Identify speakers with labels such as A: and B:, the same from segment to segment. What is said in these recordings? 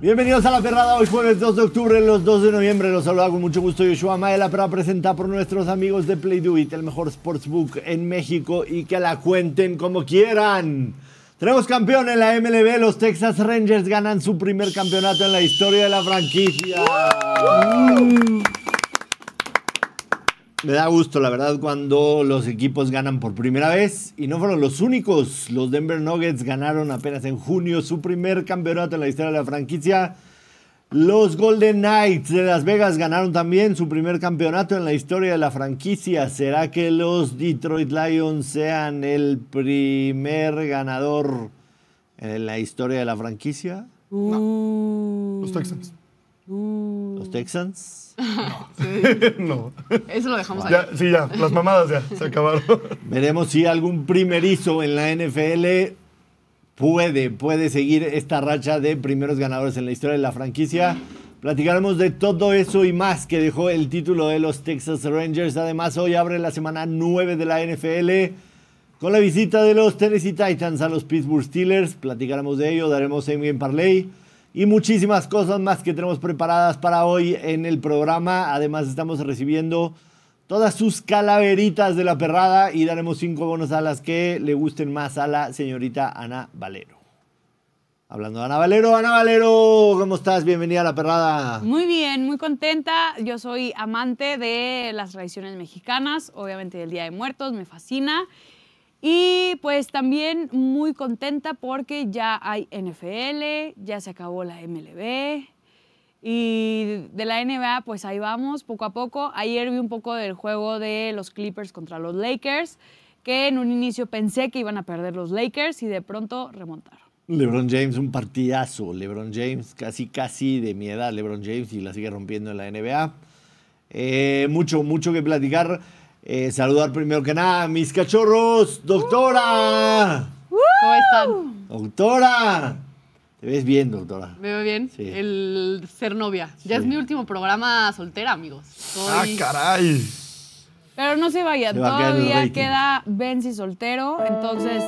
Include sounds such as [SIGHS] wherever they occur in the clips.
A: Bienvenidos a La Ferrada, hoy jueves 2 de octubre, los 2 de noviembre. Los saluda con mucho gusto Yoshua Maela para presentar por nuestros amigos de Play Do It, el mejor sportsbook en México y que la cuenten como quieran. Tenemos campeón en la MLB, los Texas Rangers ganan su primer campeonato en la historia de la franquicia. Me da gusto, la verdad, cuando los equipos ganan por primera vez y no fueron los únicos. Los Denver Nuggets ganaron apenas en junio su primer campeonato en la historia de la franquicia. Los Golden Knights de Las Vegas ganaron también su primer campeonato en la historia de la franquicia. ¿Será que los Detroit Lions sean el primer ganador en la historia de la franquicia?
B: Uh.
C: Los Texans.
A: ¿Los Texans?
C: [LAUGHS] No.
B: Eso lo dejamos ahí.
C: Ya, sí, ya. Las mamadas ya. Se acabaron.
A: Veremos si algún primerizo en la NFL puede, puede seguir esta racha de primeros ganadores en la historia de la franquicia. Platicaremos de todo eso y más que dejó el título de los Texas Rangers. Además, hoy abre la semana 9 de la NFL con la visita de los Tennessee Titans a los Pittsburgh Steelers. Platicaremos de ello, daremos en bien parlay y muchísimas cosas más que tenemos preparadas para hoy en el programa. Además, estamos recibiendo todas sus calaveritas de la perrada y daremos cinco bonos a las que le gusten más a la señorita Ana Valero. Hablando de Ana Valero, Ana Valero, ¿cómo estás? Bienvenida a la perrada.
B: Muy bien, muy contenta. Yo soy amante de las tradiciones mexicanas, obviamente del Día de Muertos, me fascina. Y pues también muy contenta porque ya hay NFL, ya se acabó la MLB. Y de la NBA, pues ahí vamos, poco a poco. Ayer vi un poco del juego de los Clippers contra los Lakers, que en un inicio pensé que iban a perder los Lakers y de pronto remontaron.
A: LeBron James, un partidazo. LeBron James, casi, casi de mi edad, LeBron James, y la sigue rompiendo en la NBA. Eh, mucho, mucho que platicar. Eh, saludar primero que nada a mis cachorros. Doctora,
D: ¿Cómo están?
A: doctora. Te ves bien, doctora.
D: ¿Me veo bien?
A: Sí.
D: El ser novia. Ya es
A: Sí.
D: mi último programa soltera, amigos.
C: ¡Ah,
D: Soy...
C: caray!
B: Pero no se vaya,
A: Se va a caer el
B: todavía
A: rating.
B: queda Benzi soltero, entonces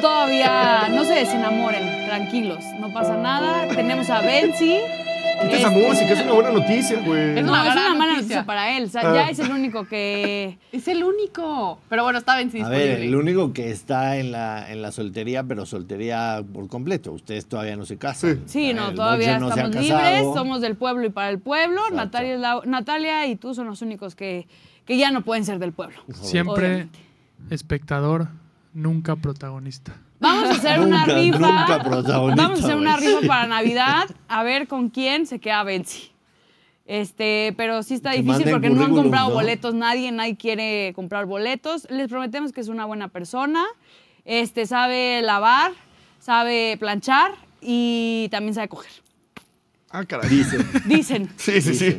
B: todavía no se desenamoren, tranquilos, no pasa nada. Tenemos a Benzi.
C: Quita esa música. Es una buena noticia, güey.
D: Es
B: Este No,
D: una
B: es
D: gran
B: una mala
D: noticia.
B: noticia para él, o sea,
C: Ah.
B: ya es el único que...
D: Es el único. Pero bueno, está Ben sí
A: A
D: disponible.
A: ver, el único que está en la, en la soltería, pero soltería por completo. Ustedes todavía no se casan.
C: Sí.
B: Sí,
A: O sea,
B: no,
A: el
B: todavía
A: Bocho no se ha
B: estamos
A: casado.
B: libres, somos del pueblo y para el pueblo.
A: Exacto.
B: Natalia, es la- Natalia y tú son los únicos que, que ya no pueden ser del pueblo.
E: Siempre
B: Obviamente.
E: espectador, nunca protagonista.
B: Vamos a hacer una
A: Nunca,
B: rifa.
A: nunca protagonista,
B: Vamos a hacer una
A: güey.
B: rifa para Navidad, a ver con quién se queda Benzi. Este, pero sí está
A: Que
B: difícil
A: manden
B: porque no han
A: currículums,
B: comprado
A: ¿no?
B: boletos, nadie, nadie quiere comprar boletos. Les prometemos que es una buena persona. Este sabe lavar, sabe planchar y también sabe coger.
C: ¡Ah, caray!
A: Dice.
B: [LAUGHS] Dicen.
C: Sí, sí, sí.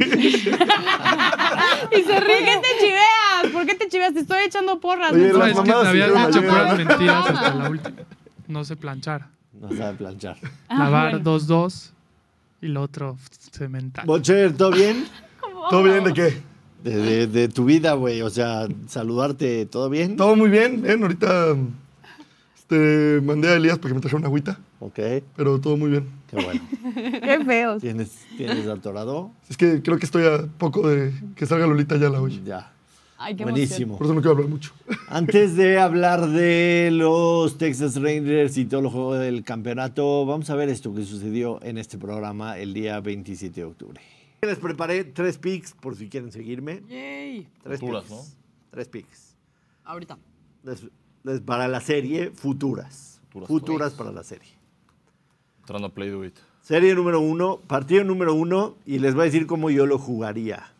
B: Y se ríe. ¿Por qué te chiveas? ¿Por qué te chiveas? Te estoy echando porras.
C: Oye,
B: menso.
E: No,
C: las
E: es que te
C: mamadas
E: había
C: siguieron
E: dicho
C: ayer,
E: puras
C: ¿no?
E: mentiras hasta la última. No sé planchar.
A: No sabe planchar.
B: Ah,
E: Lavar
B: bueno.
E: 2-2 y lo otro cementar.
A: Bocher, ¿todo bien?
C: ¿Todo bien de qué?
A: De, de- de tu vida, güey. O sea, saludarte, ¿todo bien?
C: Todo muy bien. Ven, ahorita este, mandé a Elías para que me trajera una agüita.
A: Ok, qué
C: Pero todo muy bien.
A: bueno.
B: [LAUGHS] Qué feos.
A: ¿Tienes, tienes atorado?
C: Es que creo que estoy a poco de que salga Lolita ya la hoy.
A: Ya.
B: Ay, qué emoción.
A: Buenísimo.
C: Por eso no quiero hablar mucho.
A: Antes de hablar de los Texas Rangers y todo el juego del campeonato, vamos a ver esto que sucedió en este programa el día 27 de octubre. Les preparé tres picks por si quieren seguirme.
D: Yay.
A: Tres
F: Futuras,
A: picks.
F: ¿no?
A: Tres picks.
D: Ahorita.
A: Les- les- para la serie, futuras. Futuras,
F: Futuras.
A: para la serie.
F: Entrando a Play Do It.
A: Serie número uno, partido número uno, y les voy a decir cómo yo lo jugaría.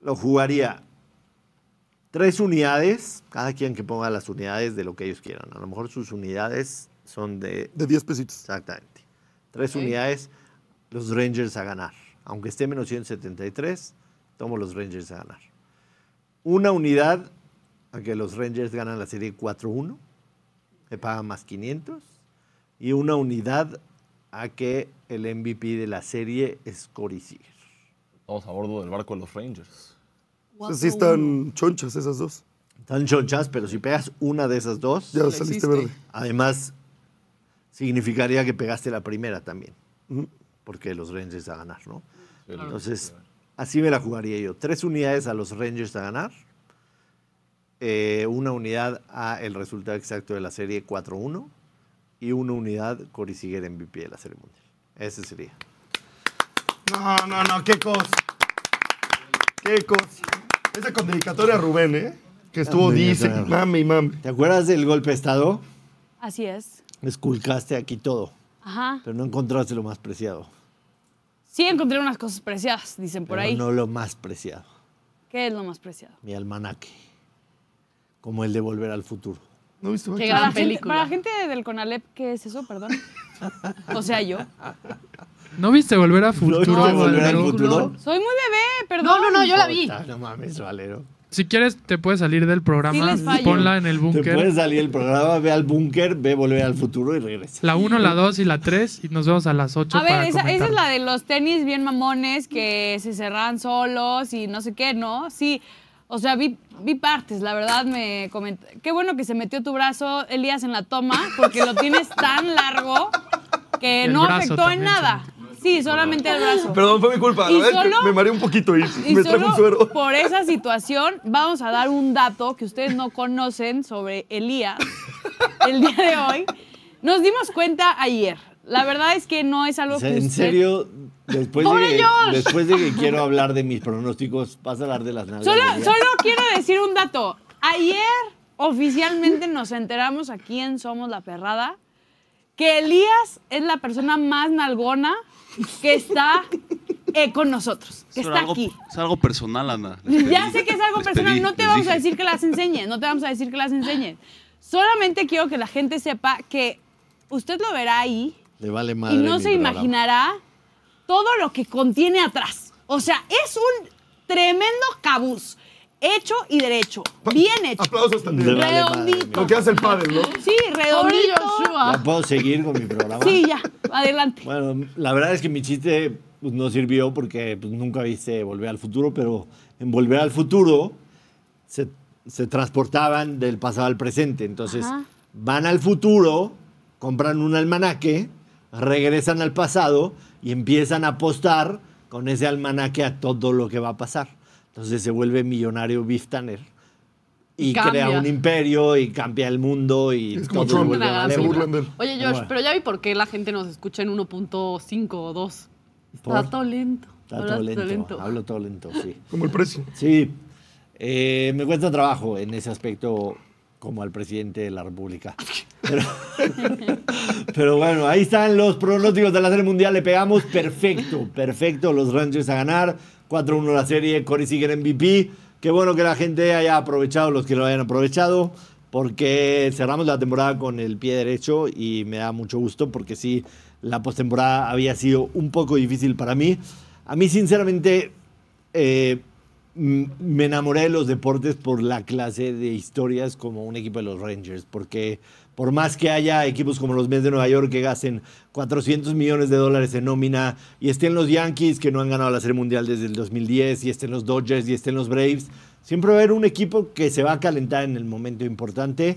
A: Lo jugaría tres unidades, cada quien que ponga las unidades de lo que ellos quieran. A lo mejor sus unidades son de...
C: De 10 pesitos.
A: Exactamente. Tres
D: Ok.
A: unidades, los Rangers a ganar. Aunque esté menos 173, tomo los Rangers a ganar. Una unidad, a que los Rangers ganan la serie 4-1, me paga más 500. Y una unidad a que el MVP de la serie es Corey Seager.
F: Vamos a bordo del barco de los Rangers.
C: Sí están chonchas esas dos.
A: Están chonchas, pero si pegas una de esas dos,
C: Ya
D: Le
C: saliste
D: hiciste.
C: verde.
A: además, significaría que pegaste la primera también. Porque los Rangers a ganar, ¿no?
F: Claro.
A: Entonces, así me la jugaría yo. Tres unidades a los Rangers a ganar. eh, una unidad a el resultado exacto de la serie 4-1. Y una unidad Cory Siguer MVP de la serie mundial. Ese sería.
C: No, no, no, qué cosa. Qué cosa. Esa con dedicatoria a Rubén, ¿eh? Que estuvo dice,
A: Dedicatoria.
C: mame y mame.
A: ¿Te acuerdas del golpe de estado?
B: Así es.
A: Esculcaste aquí todo,
B: Ajá.
A: pero no encontraste lo más preciado.
B: Sí encontré unas cosas preciadas, dicen por
A: Pero
B: ahí.
A: No lo más preciado,
B: ¿Qué es lo más preciado?
A: mi almanaque. Como el de volver al futuro.
C: ¿No viste? Back
D: Qué
B: Para,
C: to
D: gran
B: la gente-
D: película.
B: para la gente del Conalep, ¿qué es eso? Perdón. O sea, yo.
E: ¿No viste Volver a
A: Pues ¿No viste
E: Futuro?
A: volver al
E: Valero?
A: futuro?
B: Soy muy bebé, perdón.
D: No, no, no, yo la vi.
A: Puta, No mames, Valero.
E: Si quieres, te puedes salir del programa,
B: les fallo.
E: ponla en el
A: Te puedes
E: búnker.
A: salir del programa, ve al búnker, ve volver al futuro y regresa.
E: La 1, la 2 y la 3 y nos vemos a las 8
B: A ver,
E: para
B: esa, esa es
E: comentarla.
B: la de los tenis bien mamones que se cerran solos y no sé qué, ¿no? Sí, o sea, vi, vi partes, la verdad me comentó. Qué bueno que se metió tu brazo, Elías, en la toma, porque lo tienes tan largo que
E: El
B: no
E: brazo
B: afectó en
E: también se
B: nada. Sí, solamente el brazo.
C: Perdón, fue mi culpa.
B: ¿Y
C: la verdad es que
B: solo?
C: Me mareé un poquito y,
B: Y
C: me trajo un
B: solo
C: suero.
B: por esa situación vamos a dar un dato que ustedes no conocen sobre Elías el día de hoy. Nos dimos cuenta ayer. La verdad es que no es algo
A: O sea,
B: que
A: en
B: usted-
A: serio, después de,
B: ¡Pobre
A: que,
B: Josh!
A: después de que quiero hablar de mis pronósticos, vas a hablar de las nalgas.
B: Solo,
A: de Elías?
B: solo quiero decir un dato. Ayer oficialmente nos enteramos aquí en Somos la Perrada que Elías es la persona más nalgona que está eh, con nosotros, que
G: Eso
B: está
G: era algo-
B: aquí.
G: Es algo personal, Ana. Les pedí,
B: Ya sé que es algo
G: les
B: personal,
G: pedí,
B: no te
G: les
B: vamos a
G: dije.
B: decir que las enseñes, no te vamos a decir que las enseñes. Solamente quiero que la gente sepa que usted lo verá ahí
A: Le vale
B: y
A: madre.
B: no
A: mi
B: se
A: programa.
B: imaginará todo lo que contiene atrás. O sea, es un tremendo cabuz, hecho y derecho, [LAUGHS] bien hecho.
A: Le
C: Aplausos también.
A: vale madre, mi
B: Redondito.
C: Lo que hace el padre, ¿no?
B: Sí,
D: Pobre
B: redondito.
A: ¿Ya
D: Joshua.
A: puedo seguir con mi programa?
B: Sí, ya, adelante.
A: Bueno, la verdad es que mi chiste pues, no sirvió porque pues, nunca viste Volver al Futuro, pero en Volver al Futuro se, se transportaban del pasado al presente. Entonces,
B: Ajá.
A: van al futuro, compran un almanaque, regresan al pasado y empiezan a apostar con ese almanaque a todo lo que va a pasar. Entonces se vuelve millonario Biff Tanner. Y
D: Cambia.
A: crea un imperio y cambia el mundo y
C: Es como
A: todo
C: Trump,
A: vuelve a
D: Una
A: valer.
C: se burlan de él.
D: Oye, Josh,
A: Bueno.
D: pero ya vi por qué la gente nos escucha en 1.5 o 2.
A: Por-
D: Está todo lento.
A: Está
D: Hablas
A: todo lento, hablo todo lento, sí.
C: Como el precio.
A: Sí, eh, me cuesta trabajo en ese aspecto como al presidente de la República. Pero, [LAUGHS] pero bueno, ahí están los pronósticos de la serie mundial. Le pegamos perfecto, perfecto. Los Rangers a ganar. 4-1 la serie. Corey Seager MVP. Qué bueno que la gente haya aprovechado, los que lo hayan aprovechado. Porque cerramos la temporada con el pie derecho y me da mucho gusto porque sí, la postemporada había sido un poco difícil para mí. A mí, sinceramente, eh, m- me enamoré de los deportes por la clase de historias como un equipo de los Rangers, porque por más que haya equipos como los Mets de Nueva York que gasten 400 millones de dólares en nómina, y estén los Yankees que no han ganado la Serie Mundial desde el 2010, y estén los Dodgers, y estén los Braves, siempre va a haber un equipo que se va a calentar en el momento importante.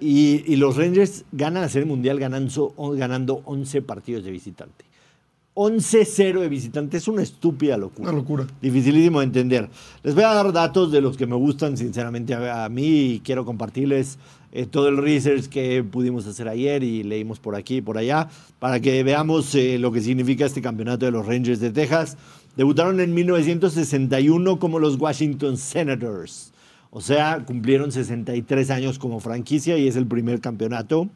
A: Y, y los Rangers ganan la Serie Mundial ganando, ganando 11 partidos de visitante. 11-0 de visitante es una estúpida locura.
C: Una locura.
A: Dificilísimo de entender. Les voy a dar datos de los que me gustan, sinceramente, a, a mí. Y quiero compartirles eh, todo el research que pudimos hacer ayer y leímos por aquí y por allá para que veamos eh, lo que significa este campeonato de los Rangers de Texas. Debutaron en 1961 como los Washington Senators. O sea, cumplieron 63 años como franquicia y es el primer campeonato.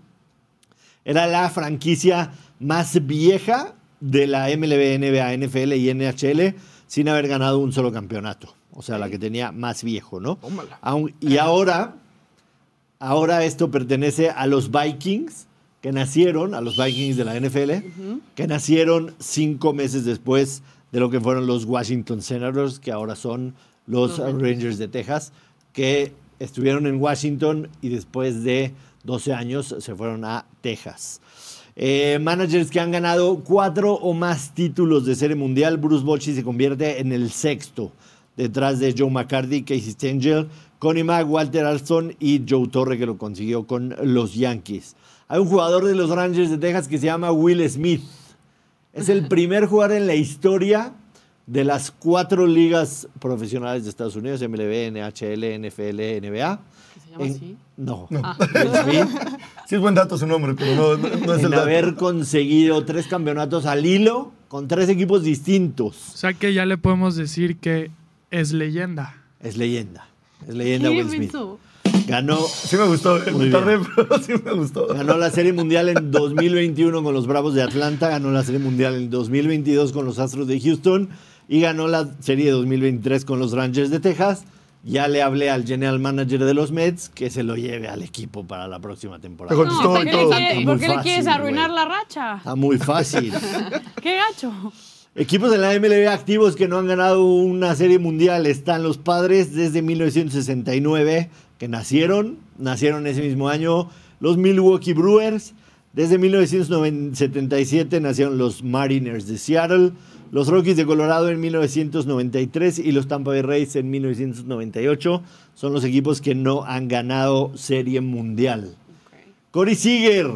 A: Era la franquicia más vieja de la MLB, NBA, NFL y NHL sin haber ganado un solo campeonato. O sea, la que tenía más viejo, ¿no?
C: Tómala.
A: Aun- y ahora, ahora esto pertenece a los Vikings que nacieron, a los Vikings de la NFL, que nacieron cinco meses después de lo que fueron los Washington Senators, que ahora son los Rangers de Texas, que estuvieron en Washington y después de 12 años se fueron a Texas. Eh, managers que han ganado cuatro o más títulos de serie mundial, Bruce Bochy se convierte en el sexto, detrás de Joe McCarthy, Casey Stengel, Connie Mack, Walter Alston y Joe Torre, que lo consiguió con los Yankees. Hay un jugador de los Rangers de Texas que se llama Will Smith. Es
D: [LAUGHS]
A: el primer jugador en la historia de las cuatro ligas profesionales de Estados Unidos, MLB, NHL, NFL, NBA.
D: ¿Se llama
A: en-
D: así?
A: No.
D: Ah.
A: Will Smith
C: Sí es buen dato su nombre, pero no, no- no es el
A: en
C: dato.
A: haber conseguido tres campeonatos al hilo con tres equipos
E: O
A: distintos.
E: sea que ya le podemos decir que es leyenda.
A: Es leyenda. Es leyenda
D: ¿Qué
A: Will Smith.
D: menso?
A: Ganó,
C: Sí me gustó.
A: Muy
C: eh,
A: bien.
C: Tarde, [LAUGHS] pero sí me gustó.
A: ganó la Serie Mundial en 2021 con los Bravos de Atlanta, ganó la Serie Mundial en 2022 con los Astros de Houston y ganó la Serie de 2023 con los Rangers de Texas. Ya le hablé al general manager de los Mets que se lo lleve al equipo para la próxima temporada.
C: Te
B: No,
C: contestó
B: ¿por qué,
C: y todo.
B: le, quiere-
A: Muy
B: por qué le
A: fácil,
B: quieres arruinar
A: güey. Ah.
B: la racha?
A: Está muy fácil.
B: ¡Qué gacho!
A: Equipos de la MLB activos que no han ganado una serie mundial están los padres desde 1969, que nacieron, nacieron ese mismo año. Los Milwaukee Brewers, desde 1977 nacieron los Mariners de Seattle, los Rockies de Colorado en 1993 y los Tampa Bay Rays en 1998. Son los equipos que no han ganado serie mundial. Corey Seager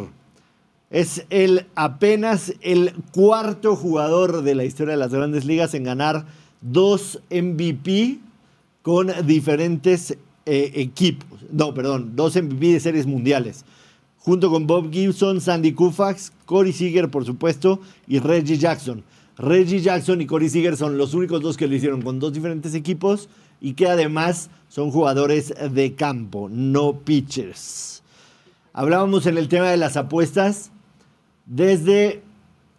A: es el apenas el cuarto jugador de la historia de las grandes ligas en ganar dos MVP con diferentes eh, equipos. No, perdón, dos MVP de series mundiales. Junto con Bob Gibson, Sandy Koufax, Corey Seager, por supuesto, y Reggie Jackson. Reggie Jackson y Corey Seager son los únicos dos que lo hicieron con dos diferentes equipos y que además son jugadores de campo, no pitchers. Hablábamos en el tema de las apuestas. Desde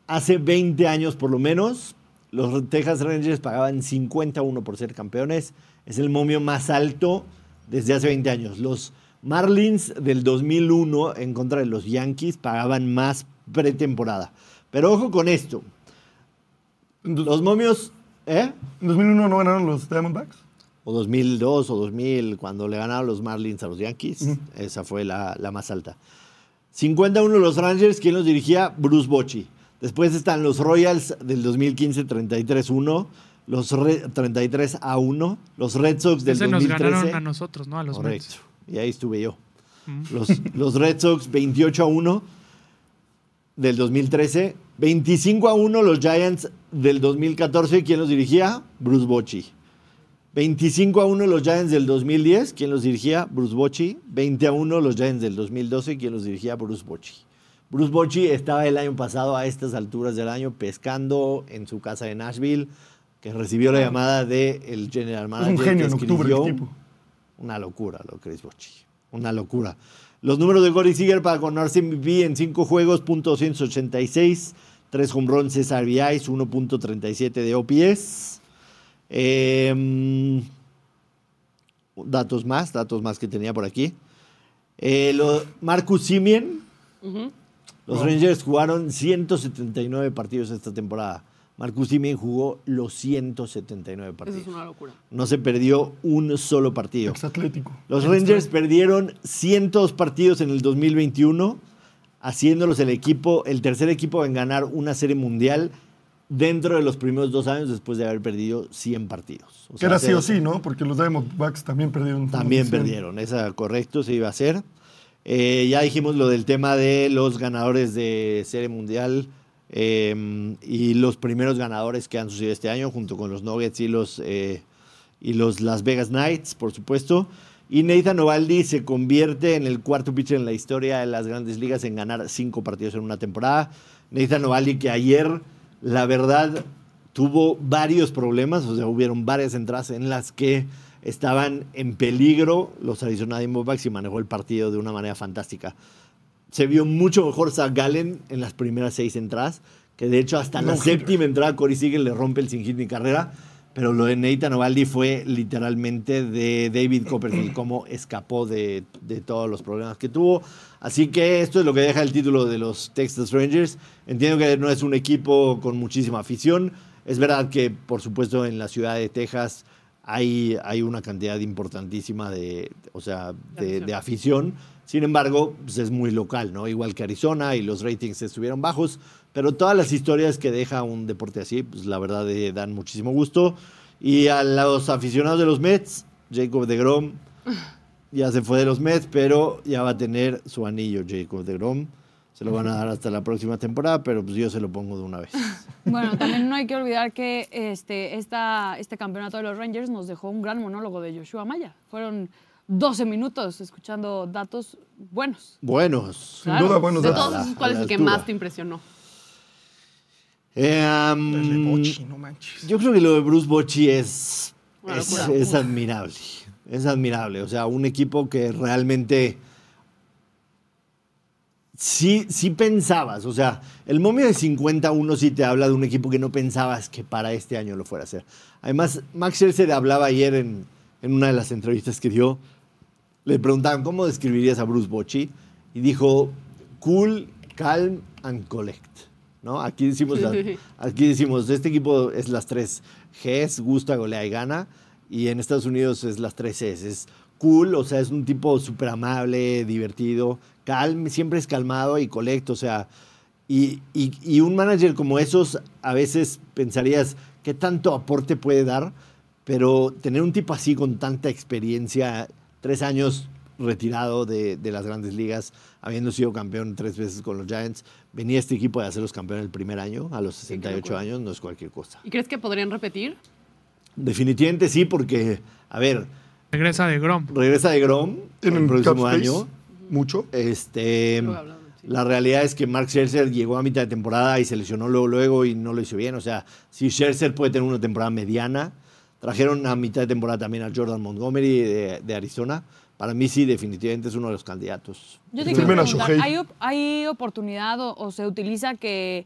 A: hace 20 años por lo menos, los Texas Rangers pagaban 51 por ser campeones. Es el momio más alto desde hace 20 años. Los Marlins del 2001 en contra de los Yankees pagaban más pretemporada. Pero ojo con esto. Los momios, ¿eh?
C: ¿En 2001 no ganaron los Diamondbacks?
A: o 2002 o 2000, cuando le ganaron los Marlins a los Yankees. Esa fue la, la más alta. 51 los Rangers, quien los dirigía? Bruce Bochy. Después están los Royals del 2015, 33-1, los Re- 33-1, los Red Sox del
E: Ese nos
A: 2013.
E: ganaron a nosotros, ¿no? A los
A: Correcto.
E: Mets.
A: Y ahí estuve yo.
C: Mm.
A: Los, los Red Sox 28 a 1 del 2013. 25 a 1 los Giants del 2014. ¿Quién los dirigía? Bruce Bochy. 25 a 1 los Giants del 2010. ¿Quién los dirigía? Bruce Bochy. 20 a 1 los Giants del 2012. ¿Quién los dirigía? Bruce Bochy. Bruce Bochy estaba el año pasado a estas alturas del año pescando en su casa de Nashville, que recibió la llamada del el general
C: Es
A: manager.
C: un genio
A: que
C: en octubre el
A: escribió-
C: tipo.
A: una locura lo de Chris Bochy. Una locura. Los números de Corey Seager para coronarse MVP en 5 juegos, .286, 3 home runs, 6 RBIs, 1.37 de OPS. Em, datos más, datos más que tenía por aquí. Eh, lo- Marcus Simien. Los Rangers jugaron 179 partidos esta temporada. Marcus Simien jugó los 179
D: Eso
A: partidos.
D: es una locura.
A: No se perdió un solo partido.
C: Exatlético.
A: Los Rangers perdieron 102 partidos en el 2021, haciéndolos el equipo, el tercer equipo en ganar una serie mundial dentro de los primeros dos años después de haber perdido 100 partidos. O
C: Que
A: sea,
C: era
A: hace
C: sí o
A: dos-
C: sí, ¿no? Porque los Diamondbacks también perdieron.
A: También perdieron, esa correcto, se iba a hacer. Eh, ya dijimos lo del tema de los ganadores de Serie Mundial eh, y los primeros ganadores que han sucedido este año, junto con los Nuggets y los, eh, y los Las Vegas Knights, por supuesto. Y Nathan Ovaldi se convierte en el cuarto pitcher en la historia de las grandes ligas en ganar cinco partidos en una temporada. Nathan Ovaldi que ayer, la verdad, tuvo varios problemas, o sea, hubieron varias entradas en las que estaban en peligro los Arizona Diamondbacks y manejó el partido de una manera fantástica. Se vio mucho mejor Zach Gallen en las primeras seis entradas, que de hecho hasta la séptima entrada Corey Seager le rompe el sin hit ni carrera, pero lo de Nathan Ovaldi fue literalmente de David Copperfield, cómo escapó de, de todos los problemas que tuvo. Así que esto es lo que deja el título de los Texas Rangers. Entiendo que no es un equipo con muchísima afición. Es verdad que, por supuesto, en la ciudad de Texas hay, hay una cantidad importantísima de, o sea, de, de afición. Sin embargo, pues es muy local, ¿no? Igual que Arizona y los ratings estuvieron bajos, pero todas las historias que deja un deporte así, pues la verdad
D: [SIGHS]
A: eh, dan muchísimo gusto. Y a los aficionados de los Mets, Jacob de Grom, Ya se fue de los Mets, pero ya va a tener su anillo Jacob de Grom. Se lo van a dar hasta la próxima temporada, pero pues yo se lo pongo de una vez.
B: Bueno, también no hay que olvidar que este, esta, este campeonato de los Rangers nos dejó un gran monólogo de Joshua Maya. Fueron 12 minutos escuchando datos buenos.
A: Buenos.
C: Sin duda, buenos
D: De
A: a
C: datos.
A: la-
D: todos esos,
A: a
D: ¿cuál es
A: la
D: el que
A: altura.
D: más te impresionó?
A: Eh, am,
C: El Pues de Bochy, no manches.
A: yo creo que lo de Bruce Bochy es,
D: Una
A: es-
D: locura.
A: es admirable. Es admirable. O sea, un equipo que realmente sí, sí pensabas. O sea, el momio de 51 sí te habla de un equipo que no pensabas que para este año lo fuera a hacer. Además, Max Scherzer hablaba ayer en, en una de las entrevistas que dio. Le preguntaban, ¿cómo describirías a Bruce Bochy? Y dijo, cool, calm and collect. ¿No? Aquí decimos, la- aquí decimos, este equipo es las tres Gs, gusta, golea y gana. Y en Estados Unidos es las tres Cs. Es cool, o sea, es un tipo súper amable, divertido, calm, siempre es calmado y collect, o sea, y, y- y un manager como esos, a veces pensarías, ¿qué tanto aporte puede dar? Pero tener un tipo así con tanta experiencia, tres años retirado de, de las grandes ligas, habiendo sido campeón tres veces con los Giants, venía este equipo de hacerlos campeón el primer año, a los 68 años, no es cualquier cosa.
D: ¿Y crees que podrían repetir?
A: Definitivamente sí, porque, a ver,
E: Regresa de Grom.
A: regresa de Grom el
C: Tienen cap
A: próximo
C: space.
A: año.
C: Mucho.
A: Este,
D: Luego hablamos, sí.
A: la realidad es que Mark Scherzer llegó a mitad de temporada y se lesionó luego, luego y no lo hizo bien. O sea, si Scherzer puede tener una temporada mediana, trajeron a mitad de temporada también a Jordan Montgomery de, de Arizona. Para mí sí, definitivamente es uno de los candidatos.
B: Yo te quiero
C: Firmen a
B: preguntar,
C: Shohei.
B: ¿hay, op- hay oportunidad o, o se utiliza que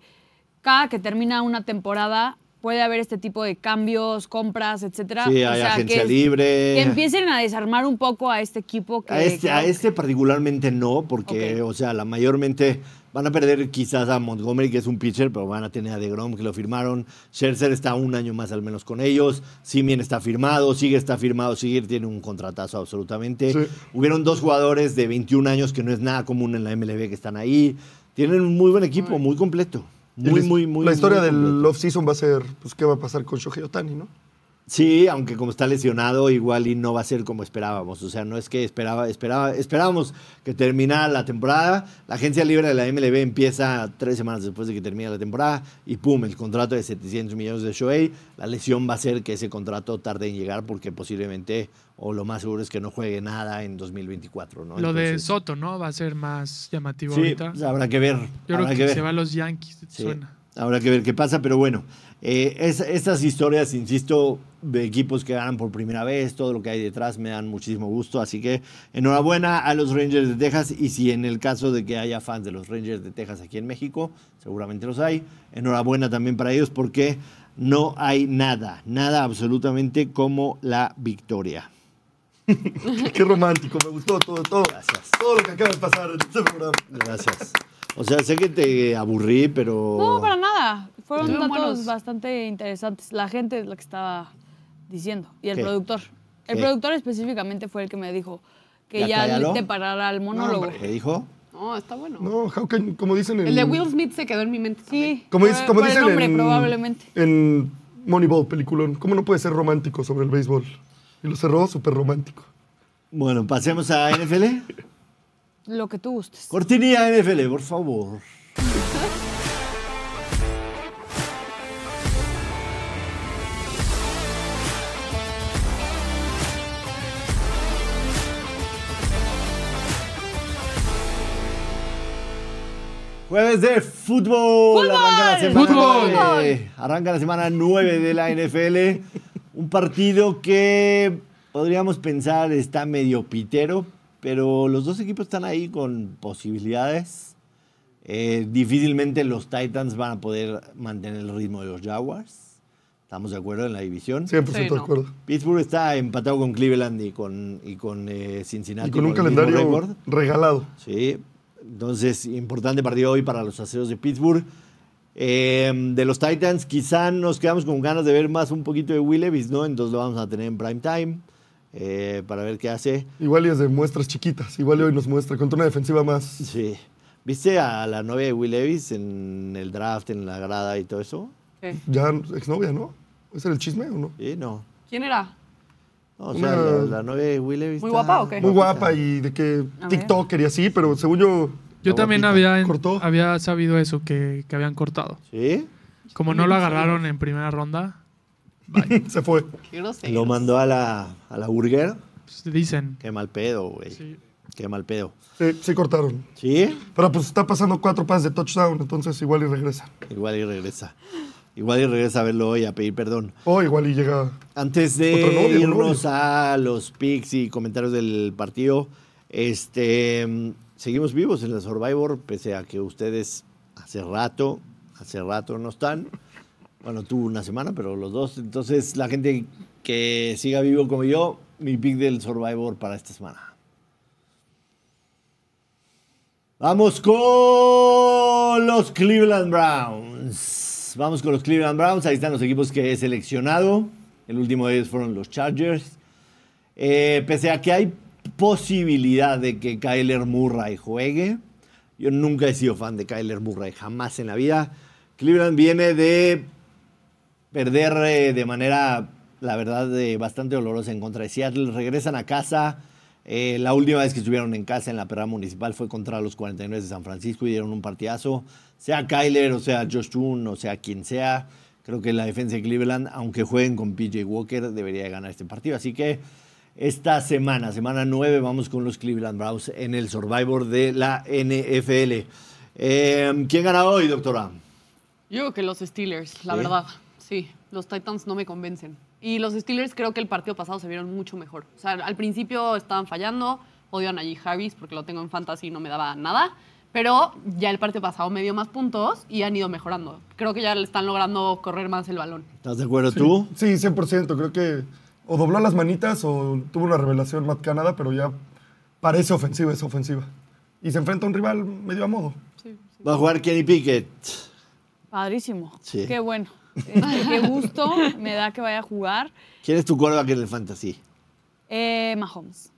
B: cada que termina una temporada puede haber este tipo de cambios, compras, etcétera?
A: Sí, hay
B: o sea,
A: agencia
B: que,
A: libre.
B: que empiecen a desarmar un poco a este equipo que...
A: A este,
B: que-
A: a este particularmente no, porque, o sea, la mayormente van a perder quizás a Montgomery, que es un pitcher, pero van a tener a DeGrom, que lo firmaron. Scherzer está un año más al menos con ellos. Simien está firmado, Sigue está firmado, Sigue tiene un contratazo absolutamente.
C: Sí.
A: Hubieron dos jugadores de 21 años que no es nada común en la MLB que están ahí. Tienen un muy buen equipo, muy completo. Muy,
C: El-
A: muy, muy.
C: La historia
A: muy
C: del
A: completo.
C: off-season va a ser, pues, ¿qué va a pasar con Shohei
A: [LAUGHS]
C: Otani, no?
A: Sí, aunque como está lesionado, igual y no va a ser como esperábamos. O sea, no es que esperaba, esperaba, esperábamos que terminara la temporada. La agencia libre de la MLB empieza tres semanas después de que termina la temporada y pum, el contrato de 700 millones de Shohei. La lesión va a ser que ese contrato tarde en llegar porque posiblemente, o lo más seguro es que no juegue nada en 2024, ¿no?
E: Lo de
A: Entonces,
E: Soto, ¿no? Va a ser más llamativo
A: Sí,
E: ahorita.
A: pues, habrá que ver.
E: Yo creo
A: habrá
E: que,
A: ver.
E: se va a los Yankees,
A: Sí,
E: suena.
A: Habrá que ver qué pasa, pero bueno, eh, es- estas historias, insisto, de equipos que ganan por primera vez, todo lo que hay detrás me dan muchísimo gusto, así que enhorabuena a los Rangers de Texas y si en el caso de que haya fans de los Rangers de Texas aquí en México, seguramente los hay, enhorabuena también para ellos porque no hay nada, nada absolutamente como la victoria.
C: Qué romántico, me gustó todo, todo.
A: Gracias.
C: Todo lo que acaba de pasar en este programa.
A: Gracias. O sea, sé que te aburrí, pero...
B: No, para nada. Fueron
D: Estuvieron
B: datos
D: buenos.
B: bastante interesantes. La gente es la que estaba diciendo. Y el
A: ¿Qué?
B: productor. El
A: ¿Qué?
B: productor específicamente fue el que me dijo que
A: ¿Ya
B: ya,
A: cállalo?
B: te parara el monólogo.
A: ¿Qué dijo?
D: No, está bueno.
C: No, em, how can- como dicen en...
D: El de Will Smith se quedó en mi mente. también.
B: sí,
C: Como,
B: por-
C: dice- como
B: por el
C: dicen
B: nombre,
C: en,
B: probablemente.
C: en Moneyball, peliculón. ¿Cómo no puede ser romántico sobre el béisbol? Y lo cerró súper romántico.
A: Bueno, pasemos a NFL.
B: Lo que tú gustes.
A: Cortinilla NFL, por favor. Jueves de fútbol. Arranca la semana
E: Fútbol.
A: nueve. Arranca la semana 9 de la NFL. Un partido que podríamos pensar está medio pitero, pero los dos equipos están ahí con posibilidades. Eh, difícilmente los Titans van a poder mantener el ritmo de los Jaguars. ¿Estamos de acuerdo en la división?
C: 100% de
D: Sí, no.
C: acuerdo.
A: Pittsburgh está empatado con Cleveland y con, y con eh, Cincinnati.
C: Y con un
A: el mismo récord.
C: calendario regalado.
A: Sí, entonces importante partido hoy para los aceros de Pittsburgh. Eh, de los Titans, quizá nos quedamos con ganas de ver más un poquito de Will Levis, ¿no? Entonces lo vamos a tener en prime time eh, para ver qué hace.
C: Igual y es de muestras chiquitas. Igual y hoy nos muestra contra una defensiva más.
A: Sí. ¿Viste a la novia de Will Levis en el draft, en la grada y todo eso?
D: Sí.
C: Ya exnovia, ¿no? ¿Ese era el chisme o no?
A: Sí, no.
D: ¿Quién era?
A: No, o sea,
C: Una-
A: la, la novia de Willeby está-
B: ¿Muy guapa o qué?
C: Muy guapa y de que
B: A ver.
C: TikToker y así, pero según yo.
E: Yo también había, en-
C: ¿Cortó?
E: había sabido eso, que, que habían cortado.
A: ¿Sí?
E: Como no lo agarraron en primera ronda,
C: [LAUGHS] se fue.
D: Qué grosero.
A: Lo mandó a la, a la burger.
E: pues, dicen.
A: Qué mal pedo, güey.
E: Sí.
A: Qué mal pedo.
C: Sí, sí cortaron.
A: ¿Sí?
C: Pero pues está pasando cuatro pases de touchdown, entonces igual y regresa.
A: Igual y regresa. Igual y regresa a verlo hoy a pedir perdón.
C: O igual y llega.
A: Antes de
C: Otro novio,
A: irnos a los picks y comentarios del partido, este, mm, seguimos vivos en la Survivor, pese a que ustedes hace rato, hace rato no están. Bueno, tú una semana, pero los dos. Entonces, la gente que siga vivo como yo, mi pick del Survivor para esta semana. Vamos con los Cleveland Browns. Vamos con los Cleveland Browns. Ahí están los equipos que he seleccionado. El último de ellos fueron los Chargers. Eh, pese a que hay posibilidad de que Kyler Murray juegue, yo nunca he sido fan de Kyler Murray, jamás en la vida. Cleveland viene de perder eh, de manera, la verdad, de bastante dolorosa en contra de Seattle. Regresan a casa. Eh, la última vez que estuvieron en casa en la perra municipal fue contra los 49 de San Francisco y dieron un partidazo. Sea Kyler, o sea Josh Chun, o sea quien sea, creo que la defensa de Cleveland, aunque jueguen con PJ Walker, debería de ganar este partido. Así que esta semana, semana 9, vamos con los Cleveland Browns en el Survivor de la NFL. Eh, ¿Quién gana hoy, doctora?
D: Yo creo que los Steelers, la
A: ¿Sí?
D: verdad. Sí, los Titans no me convencen. Y los Steelers creo que el partido pasado se vieron mucho mejor. O sea, al principio estaban fallando, odio a Najee Harris porque lo tengo en fantasy y no me daba nada. Pero ya el partido pasado me dio más puntos y han ido mejorando. Creo que ya le están logrando correr más el balón.
A: ¿Estás de acuerdo tú?
C: Sí, 100%. Creo que o dobló las manitas o tuvo una revelación Matt Canada, pero ya parece ofensiva, es ofensiva. Y se enfrenta a un rival medio a modo.
A: Va a jugar Kenny Pickett.
B: Padrísimo.
A: Sí.
B: Qué bueno. Este, qué gusto me da que vaya a jugar.
A: ¿Quién es tu quarterback en el fantasy?
B: Eh, Mahomes.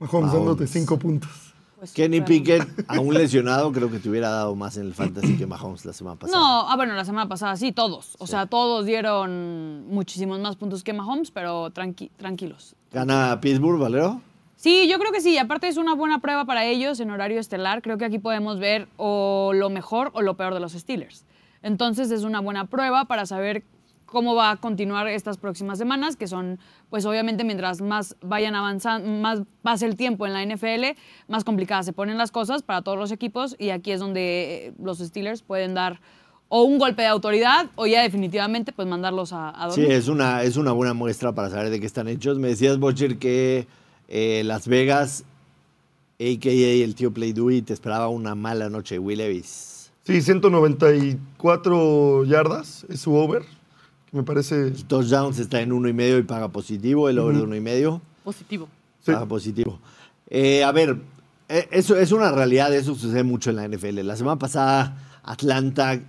C: Mahomes
A: Mahomes.
C: dándote cinco puntos.
B: Pues,
A: Kenny
B: pero-
A: Pickett, aún lesionado, creo que te hubiera dado más en el fantasy que Mahomes la semana pasada.
B: No, ah, bueno, la semana pasada sí, todos. O sea, todos dieron muchísimos más puntos que Mahomes, pero tranqui- tranquilos.
A: ¿Gana Pittsburgh, Valero?
B: Sí, yo creo que sí. y Aparte es una buena prueba para ellos en horario estelar. Creo que aquí podemos ver o lo mejor o lo peor de los Steelers. Entonces es una buena prueba para saber cómo va a continuar estas próximas semanas, que son, pues obviamente mientras más vayan avanzando, más pase el tiempo en la NFL, más complicadas se ponen las cosas para todos los equipos y aquí es donde eh, los Steelers pueden dar o un golpe de autoridad o ya definitivamente pues mandarlos a, a
A: Sí,
B: dormir.
A: es una, es una buena muestra para saber de qué están hechos. Me decías, Bocher, que eh, Las Vegas, a.k.a. el tío Play Dewey, te esperaba una mala noche, Will Levis.
C: Sí, 194 yardas es su over. que me parece.
A: El touchdown está en uno y medio y paga positivo, el over de uno y medio.
D: Positivo.
C: Sí.
A: Ah, positivo. Eh, a ver, eh, eso es una realidad, eso sucede mucho en la NFL. La semana pasada, Atlanta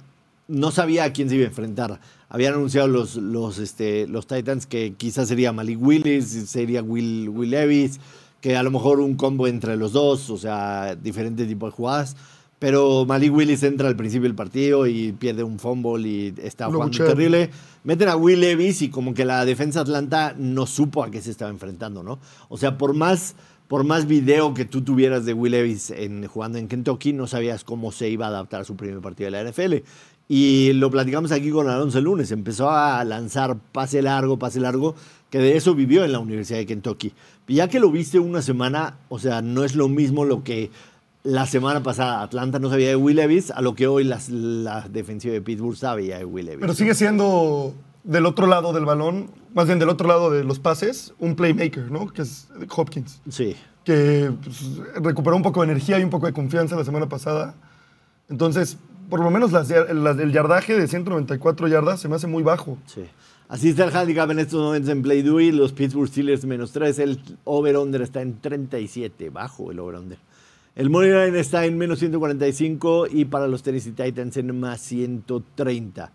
A: no sabía a quién se iba a enfrentar. Habían anunciado los, los, este, los Titans que quizás sería Malik Willis, sería Will, Will Levis, que a lo mejor un combo entre los dos, o sea, diferente tipo de jugadas. Pero Malik Willis entra al principio del partido y pierde un fumble y está
C: Lo
A: jugando
C: buchean.
A: terrible terrible. Meten a Will Levis y como que la defensa Atlanta no supo a qué se estaba enfrentando, ¿no? O sea, por más, por más video que tú tuvieras de Will Levis en, jugando en Kentucky, no sabías cómo se iba a adaptar a su primer partido de la NFL. Y lo platicamos aquí con Alonso el lunes. Empezó a lanzar pase largo, pase largo, que de eso vivió en la Universidad de Kentucky. Y ya que lo viste una semana, o sea, no es lo mismo lo que la semana pasada Atlanta no sabía de Will Levis a lo que hoy las- la defensiva de Pittsburgh sabe ya de Will Levis.
C: Pero sigue siendo del otro lado del balón, más bien del otro lado de los pases, un playmaker, ¿no? Que es Hopkins.
A: Sí.
C: que pues, recuperó un poco de energía y un poco de confianza la semana pasada. Entonces, por lo menos las yar- las- el yardaje de 194 yardas se me hace muy bajo.
A: Sí. Así está el handicap en estos momentos en Play Dewey. Los Pittsburgh Steelers menos 3. El over-under está en 37. Bajo el over-under. El money line está en menos 145 y para los Tennessee Titans en más 130.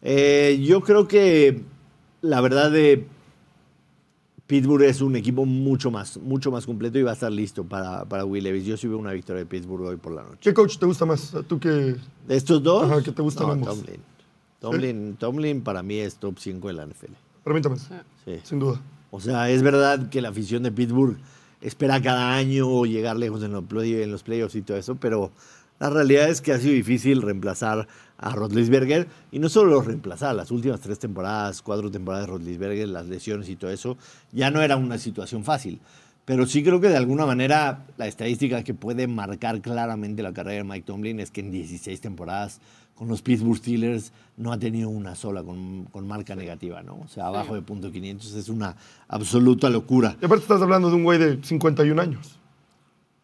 A: Eh, yo creo que la verdad de Pittsburgh es un equipo mucho más, mucho más completo y va a estar listo para, para Will Levis. Yo sí veo una victoria de Pittsburgh hoy por la noche.
C: ¿Qué coach te gusta más? ¿Tú que
A: ¿De estos dos?
C: Ajá, ¿qué te gustan
A: No,
C: ambos?
A: Tomlin. Tomlin, Tomlin para mí es top 5 de la NFL.
C: Permítame,
A: Sí.
C: sin duda.
A: O sea, es verdad que la afición de Pittsburgh espera cada año llegar lejos en los, play- en los playoffs y todo eso, pero la realidad es que ha sido difícil reemplazar a Rodlisberger y no solo reemplazar, las últimas tres temporadas, cuatro temporadas de Rodlisberger, las lesiones y todo eso, ya no era una situación fácil. Pero sí creo que de alguna manera la estadística que puede marcar claramente la carrera de Mike Tomlin es que en 16 temporadas con los Pittsburgh Steelers no ha tenido una sola con, con marca negativa, ¿no? O sea, abajo de punto 500 es una absoluta locura.
C: Y aparte estás hablando de un güey de 51 años.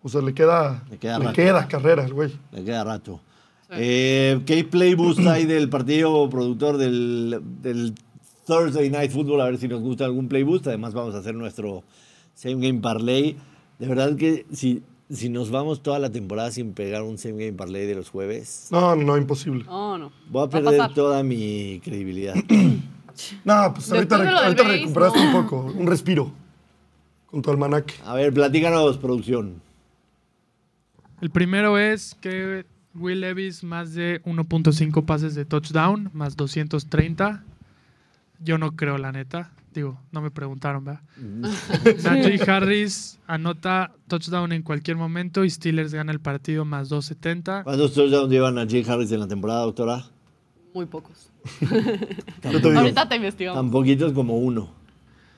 C: O sea, le queda,
A: Le queda
C: le
A: rato.
C: queda carrera al güey.
A: Le queda rato. Eh, ¿Qué playboost hay del partido productor del, del Thursday Night Football? A ver si nos gusta algún playboost. Además, vamos a hacer nuestro Same Game Parlay. De verdad que si, si nos vamos toda la temporada sin pegar un Same Game Parlay de los jueves,
C: No, no, imposible.
D: No, no.
A: voy a
D: Va
A: perder
D: pasar.
A: toda mi credibilidad.
C: No, pues ahorita,
D: Después de
C: re-
D: lo del
C: ahorita
D: Braves,
C: recuperaste un poco, un respiro con tu almanaque.
A: A ver, platícanos, producción.
E: El primero es que Will Levis más de 1.5 pases de touchdown, más 230. Yo no creo, la neta. Digo, no me
A: [LAUGHS]
E: preguntaron, ¿verdad? Najee Harris anota touchdown en cualquier momento y Steelers gana el partido más 270.
A: ¿Cuántos touchdowns llevan a Jay Harris en la temporada, doctora?
D: Muy pocos.
C: Yo te digo,
D: Ahorita te investigamos.
A: Tan poquitos como uno.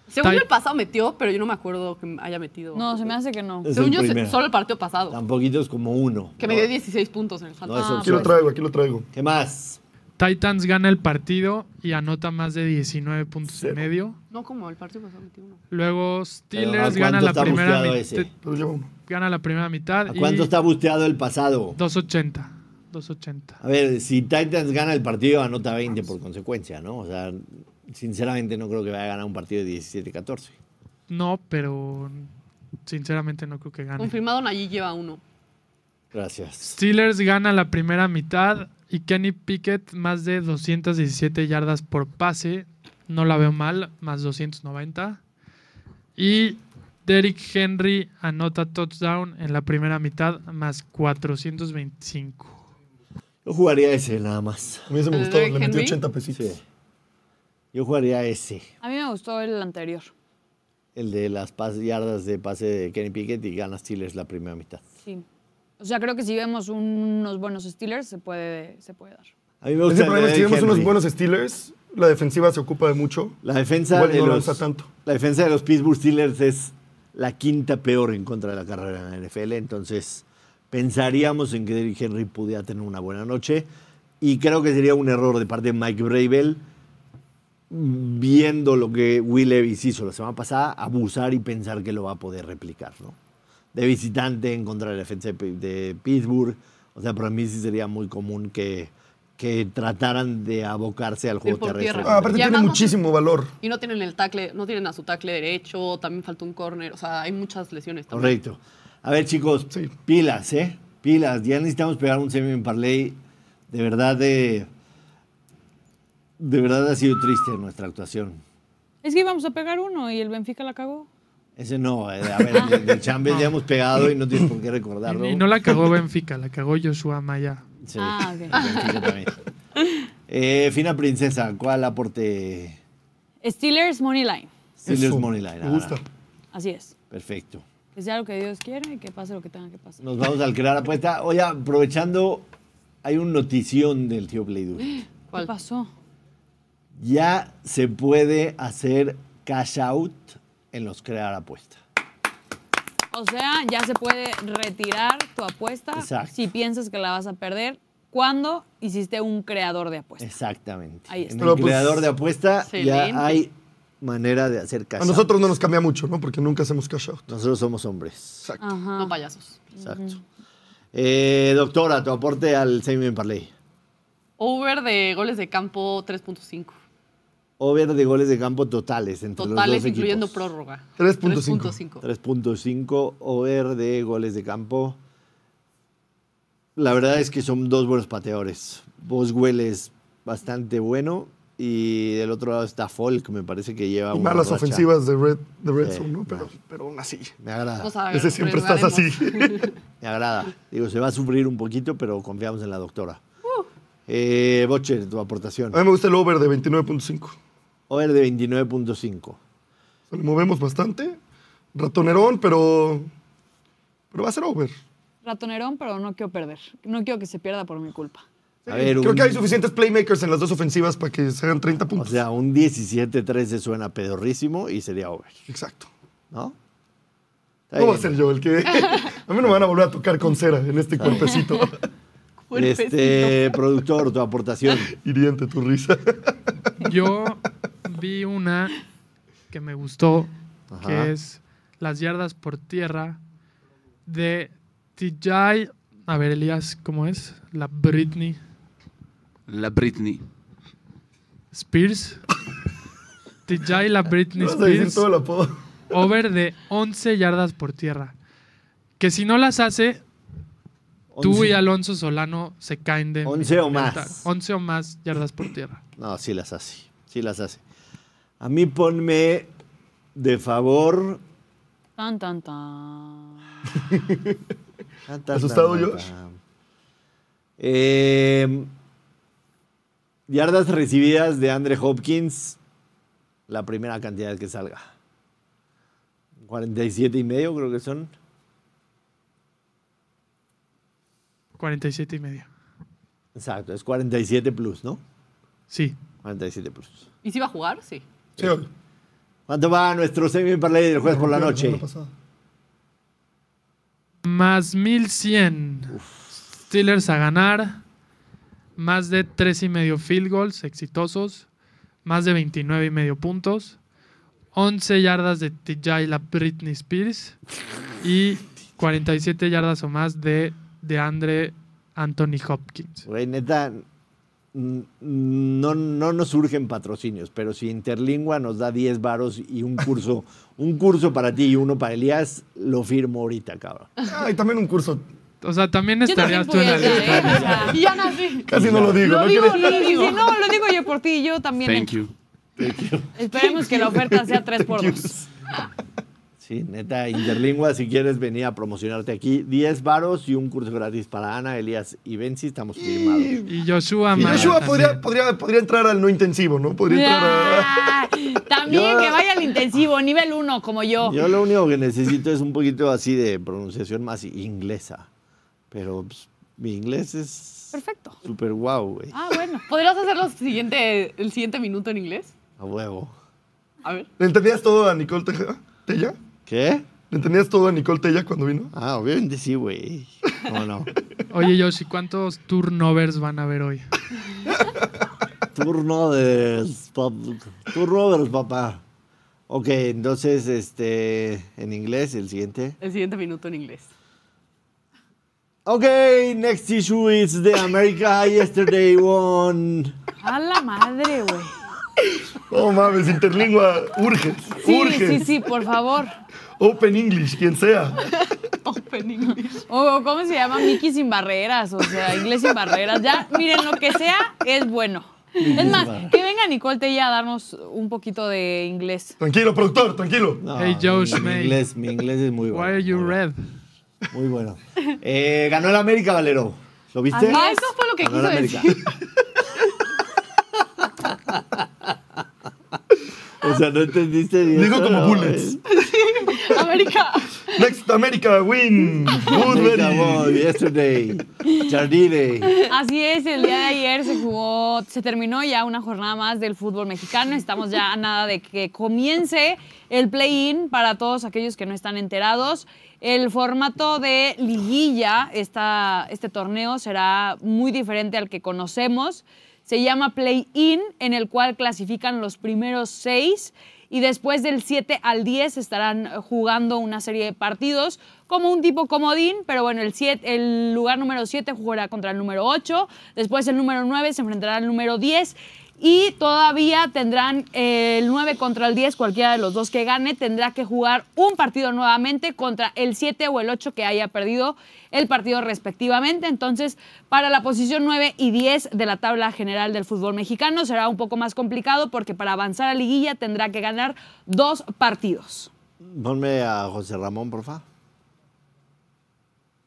D: Según
E: Ty-
D: yo, el pasado metió, pero yo no me acuerdo que haya metido.
B: No, se me hace que no.
A: Es
D: Según
A: el
D: yo, se-
A: primero.
D: solo el partido pasado.
A: Tan poquitos como uno.
D: Que
A: No,
D: me dio 16 puntos en el
A: no es
D: fantasy.
C: aquí lo
A: opción.
C: traigo, aquí lo traigo.
A: ¿Qué más?
E: Titans gana el partido y anota más de 19 puntos y medio.
D: No, como el partido pasado metió uno.
E: Luego Steelers
A: ¿cuánto
E: gana la,
A: está
E: primera
A: busteado
E: mit-
A: ese?
C: Pero lleva uno.
E: gana la primera mitad.
A: ¿A
E: y
A: cuánto está busteado el pasado?
E: 280. 280.
A: A ver, si Titans gana el partido, anota 20 por consecuencia, ¿no? O sea, sinceramente no creo que vaya a ganar un partido de 17-14.
E: No, pero sinceramente no creo que gane.
D: Confirmado, allí lleva uno.
A: Gracias.
E: Steelers gana la primera mitad y Kenny Pickett más de 217 yardas por pase. No la veo mal, más 290. Y Derrick Henry anota touchdown en la primera mitad, más 425.
A: Yo jugaría ese nada más.
C: A mí ese me
D: ¿El
C: gustó,
D: Derrick
C: le metí
D: Henry?
C: 80 pesitos.
A: Sí. Yo jugaría ese.
B: A mí me gustó el anterior.
A: El de las pas- yardas de pase de Kenny Pickett y gana Steelers la primera mitad.
B: Sí. O sea, creo que si vemos unos buenos Steelers, se puede, se puede dar.
A: A mí me
C: Ese
A: gusta.
C: problema es que
A: el de
C: tenemos unos
A: Henry.
C: buenos Steelers, la defensiva se ocupa de mucho.
A: La defensa,
C: Igual
A: de
C: no lo
A: los,
C: usa tanto.
A: la defensa de los Pittsburgh Steelers es la quinta peor en contra de la carrera en la NFL, entonces pensaríamos en que Derrick Henry pudiera tener una buena noche y creo que sería un error de parte de Mike Bravel viendo lo que Will Levis hizo la semana pasada, abusar y pensar que lo va a poder replicar, ¿no? De visitante en contra de la defensa de Pi- de Pittsburgh, o sea, para mí sí sería muy común que, que trataran de abocarse al juego
D: por
A: terrestre.
D: tierra.
C: Ah, aparte
D: Ya
C: tiene
D: vamos-
C: muchísimo valor.
D: Y no tienen el tackle, no tienen a su tackle derecho, también falta un corner. O sea, hay muchas lesiones también.
A: Correcto. A ver, chicos,
C: Sí.
A: pilas, ¿eh? Pilas. Ya necesitamos pegar un semi en parlay. De verdad, de. De verdad ha sido triste nuestra actuación.
B: Es que íbamos a pegar uno y el Benfica la cagó.
A: Ese no, eh, a ver, de, de Champions ya hemos pegado y no tienes por qué recordarlo.
E: Y, y no la cagó Benfica, la cagó Joshua Maya.
A: Sí,
B: Ah, ok.
A: Benfica también. Eh, Fina Princesa, ¿cuál aporte?
B: Steelers Money Line.
A: Steelers
C: Eso,
A: Moneyline. ah,
C: Me gusta.
B: Así es.
A: Perfecto.
B: Que sea lo que Dios quiera y que pase lo que tenga que pasar.
A: Nos vamos al crear apuesta. Oye, aprovechando, hay un notición del tío Playdude.
B: ¿Qué
D: ¿Cuál?
B: pasó?
A: ya se puede hacer cash out en los crear apuesta.
B: O sea, ya se puede retirar tu apuesta
A: Exacto.
B: si piensas que la vas a perder cuando hiciste un creador de apuestas.
A: Exactamente.
B: Ahí está.
A: En
C: Pero,
A: el
C: pues,
A: creador de apuesta
D: excelente.
A: ya hay manera de hacer cash
C: A nosotros no nos cambia mucho, ¿no? Porque nunca hacemos cash out.
A: out. Nosotros somos hombres.
C: Exacto.
B: Ajá.
D: No payasos.
A: Exacto. Eh, doctora, tu aporte al Same Game Parlay.
D: Over de goles de campo 3.5.
A: Over de goles de campo totales entre los
D: Totales,
A: dos
D: incluyendo
A: equipos.
D: prórroga.
C: 3.5.
D: 3.5.
A: 3.5 over de goles de campo. La verdad es que son dos buenos pateadores. Boswell es bastante bueno y del otro lado está Folk, me parece que lleva
C: Y
A: Ah, una
C: malas
A: racha.
C: ofensivas de Red, de red
A: Sí,
C: Zone, ¿no?
A: mal.
C: Pero, pero aún así.
A: Me agrada,
D: Vamos a
C: Ese siempre estás así. [LAUGHS]
D: regaremos.
A: me agrada. Digo, se va a sufrir un poquito, pero confiamos en la doctora. Eh,
C: Em.
A: Bocher, tu aportación.
C: A mí me gusta el over de 29.5.
A: Over de 29.5.
C: sea, le movemos bastante. Ratonerón, pero. Pero va a ser over.
B: Ratonerón, pero no quiero perder. No quiero que se pierda por mi culpa.
A: A ver,
C: Creo
A: un-
C: que hay suficientes playmakers en las dos ofensivas para que se hagan 30
A: o
C: puntos.
A: sea, un 17-13 suena pedorrísimo y sería over,
C: Exacto.
A: ¿no? Está
C: No va a
A: bien.
C: ser yo el que. [LAUGHS] A mí no me van a volver a tocar con cera en
A: [LAUGHS]
C: este cuerpecito.
A: Este, productor, tu aportación.
C: Hiriente tu risa. [LAUGHS]
E: Yo vi una que me gustó,
A: Ajá.
E: que es las yardas por tierra de TJ. A ver, Elías, ¿cómo es? La Britney
G: La Britney.
E: Spears. TJ, la Britney
C: Vas a decir
E: Spears.
C: todo el apodo.
E: Over de 11 yardas por tierra. Que si no las hace, tú
A: Once.
E: y Alonso Solano se caen de.
A: 11 o
E: neta,
A: más.
E: 11 o más yardas por tierra.
A: No, sí las hace. Sí las hace. A mí ponme de favor.
B: Tan, tan, tan.
A: Ah, Tan, tan,
C: ¿Asustado,
A: tan,
C: Josh?
A: tan. Eh, yardas recibidas de Andre Hopkins. La primera cantidad que salga. 47 y medio creo que son.
E: 47 y medio.
A: Exacto, es 47 plus, ¿no?
E: Sí.
A: 47 plus.
D: ¿Y si va a jugar? Sí.
C: Sí, obvio.
A: ¿Cuánto va nuestro semi parlay del jueves por la noche?
C: semana pasada.
E: Más 1100. Steelers a ganar. Más de 3 y medio field goals exitosos. Más de 29 y medio puntos. 11 yardas de TJ la Britney Spears. Y 47 yardas o más de, de Andre Anthony Hopkins.
A: Güey, neta, n- no, no nos surgen patrocinios, pero si Interlingua nos da 10 varos y un curso, un curso para ti y uno para Elías, lo firmo ahorita, cabrón.
C: Ah, y también un curso.
E: O sea, también
B: Yo también
E: estarías tú en la
B: pudiera,
E: lista.
B: ¿eh? O sea,
D: Y ya nací.
C: [LAUGHS] Casi no lo digo.
D: Lo
C: ¿no?
D: digo,
C: ¿Quieres-
D: lo
B: sí,
D: digo.
B: sí, no, lo digo yo por ti y yo también.
G: Thank you.
B: Esperemos que la oferta sea 3 por 2
A: Sí, neta, Interlingua, si quieres venir a promocionarte aquí, 10 varos y un curso gratis para Ana, Elías y Benzi, estamos firmados.
E: Y Joshua Mara
C: Joshua
E: también.
C: podría, podría, podría entrar al no intensivo, ¿no? Podría entrar a.
B: Ah, También que vaya al intensivo, nivel 1, como yo.
A: Yo lo único que necesito es un poquito así de pronunciación más inglesa, pero pues, mi inglés es
B: Perfecto.
A: súper guau, güey,
B: Ah, bueno.
D: ¿Podrías hacer los siguiente, el siguiente minuto en inglés?
A: a huevo.
D: A ver.
C: ¿Le entendías todo a Nicole Teja- Tella?
A: ¿Qué?
C: ¿Le entendías todo a Nicole Tella cuando vino?
A: Ah, obviamente sí, güey. No, no.
E: Oye, Josh, ¿y cuántos turnovers van a haber hoy?
A: [LAUGHS] Turno de... pap- Turno de los papá. Ok, entonces, este, en inglés, el siguiente.
D: El siguiente minuto en inglés.
A: Ok, next issue is the America yesterday won.
B: A la madre, güey.
C: Oh, mames, interlingua. Urge.
B: Sí,
C: urge.
B: sí, sí, por favor.
C: Open English, quien sea.
D: Open English.
B: O cómo se llama Mickey sin barreras, o sea, inglés sin barreras. Ya, miren, lo que sea es bueno. Es más, que venga Nicole Tella a darnos un poquito de inglés.
C: Tranquilo, productor, tranquilo.
A: No,
E: Hey, Josh,
A: mi,
E: mate.
A: inglés, mi inglés es muy bueno.
E: Why are you
A: muy bueno,
E: red?
A: Muy bueno. Eh, ganó el América, Valero. ¿Lo viste?
D: Ah, eso fue lo que
A: Ganó
D: quiso
A: el
D: decir.
A: [LAUGHS] o sea, no entendiste bien.
C: Dijo como
A: No, eh.
C: bullets.
D: América.
C: Next America win.
A: América
C: Woodbury.
A: won yesterday. Jardine.
B: Así es, el día de ayer se jugó, se terminó ya una jornada más del fútbol mexicano. Estamos ya a nada de que comience el play-in para todos aquellos que no están enterados. El formato de liguilla, esta- este torneo será muy diferente al que conocemos. Se llama play-in, en el cual clasifican los primeros seis y después del 7 al 10 estarán eh, jugando una serie de partidos como un tipo comodín, pero bueno, el, siete- el lugar número 7 jugará contra el número 8, después el número 9 se enfrentará al número 10 y todavía tendrán eh, el 9 contra el 10, cualquiera de los dos que gane tendrá que jugar un partido nuevamente contra el 7 o el 8 que haya perdido el partido respectivamente. Entonces, para la posición 9 y 10 de la tabla general del fútbol mexicano será un poco más complicado porque para avanzar a liguilla tendrá que ganar dos partidos.
A: Ponme a José Ramón, por favor.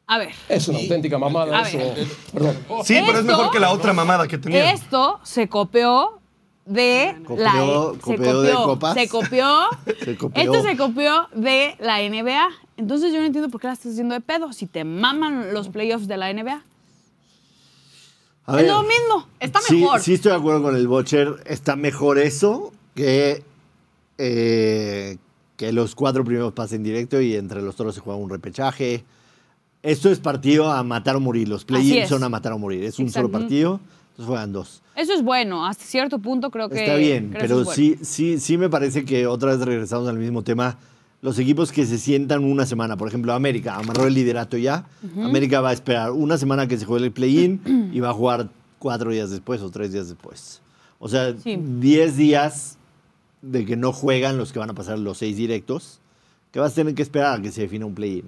B: A ver,
H: Es una auténtica mamada
B: A
H: eso.
B: ver.
H: Perdón.
C: Sí, pero es
B: Esto-
C: mejor que la otra mamada que tenía.
B: esto se copió de
A: Copió-
B: la se
A: copió de
B: copió,
A: copas.
B: Se
A: [LAUGHS]
B: copió.
A: Se copió.
B: Esto se copió de la NBA. Entonces yo no entiendo por qué la estás haciendo de pedo si te maman los playoffs de la NBA.
A: A
B: es
A: ver,
B: lo mismo.
D: Está
A: Eh, sí-
D: mejor.
A: Sí, estoy de acuerdo con el Bocher. Está mejor eso que, eh, que los cuatro primeros pasen directo y entre los toros se juega un repechaje. Esto es partido a matar o morir. Los play-ins
B: es.
A: son a matar o morir. Es un
B: Exacto.
A: solo partido. Entonces juegan dos.
B: Eso es bueno. Hasta cierto punto creo que.
A: Está bien,
B: creo que eso
A: pero
B: es bueno.
A: sí, sí, sí me parece que otra vez regresamos al mismo tema. Los equipos que se sientan una semana, por ejemplo, América amarró el liderato ya. América va a esperar una semana que se juegue el
B: [CLEARS THROAT]
A: play-in y va a jugar cuatro días después o tres días después. O sea,
B: Sí.
A: 10 días de que no juegan los que van a pasar los seis directos, que vas a tener que esperar a que se defina un play-in.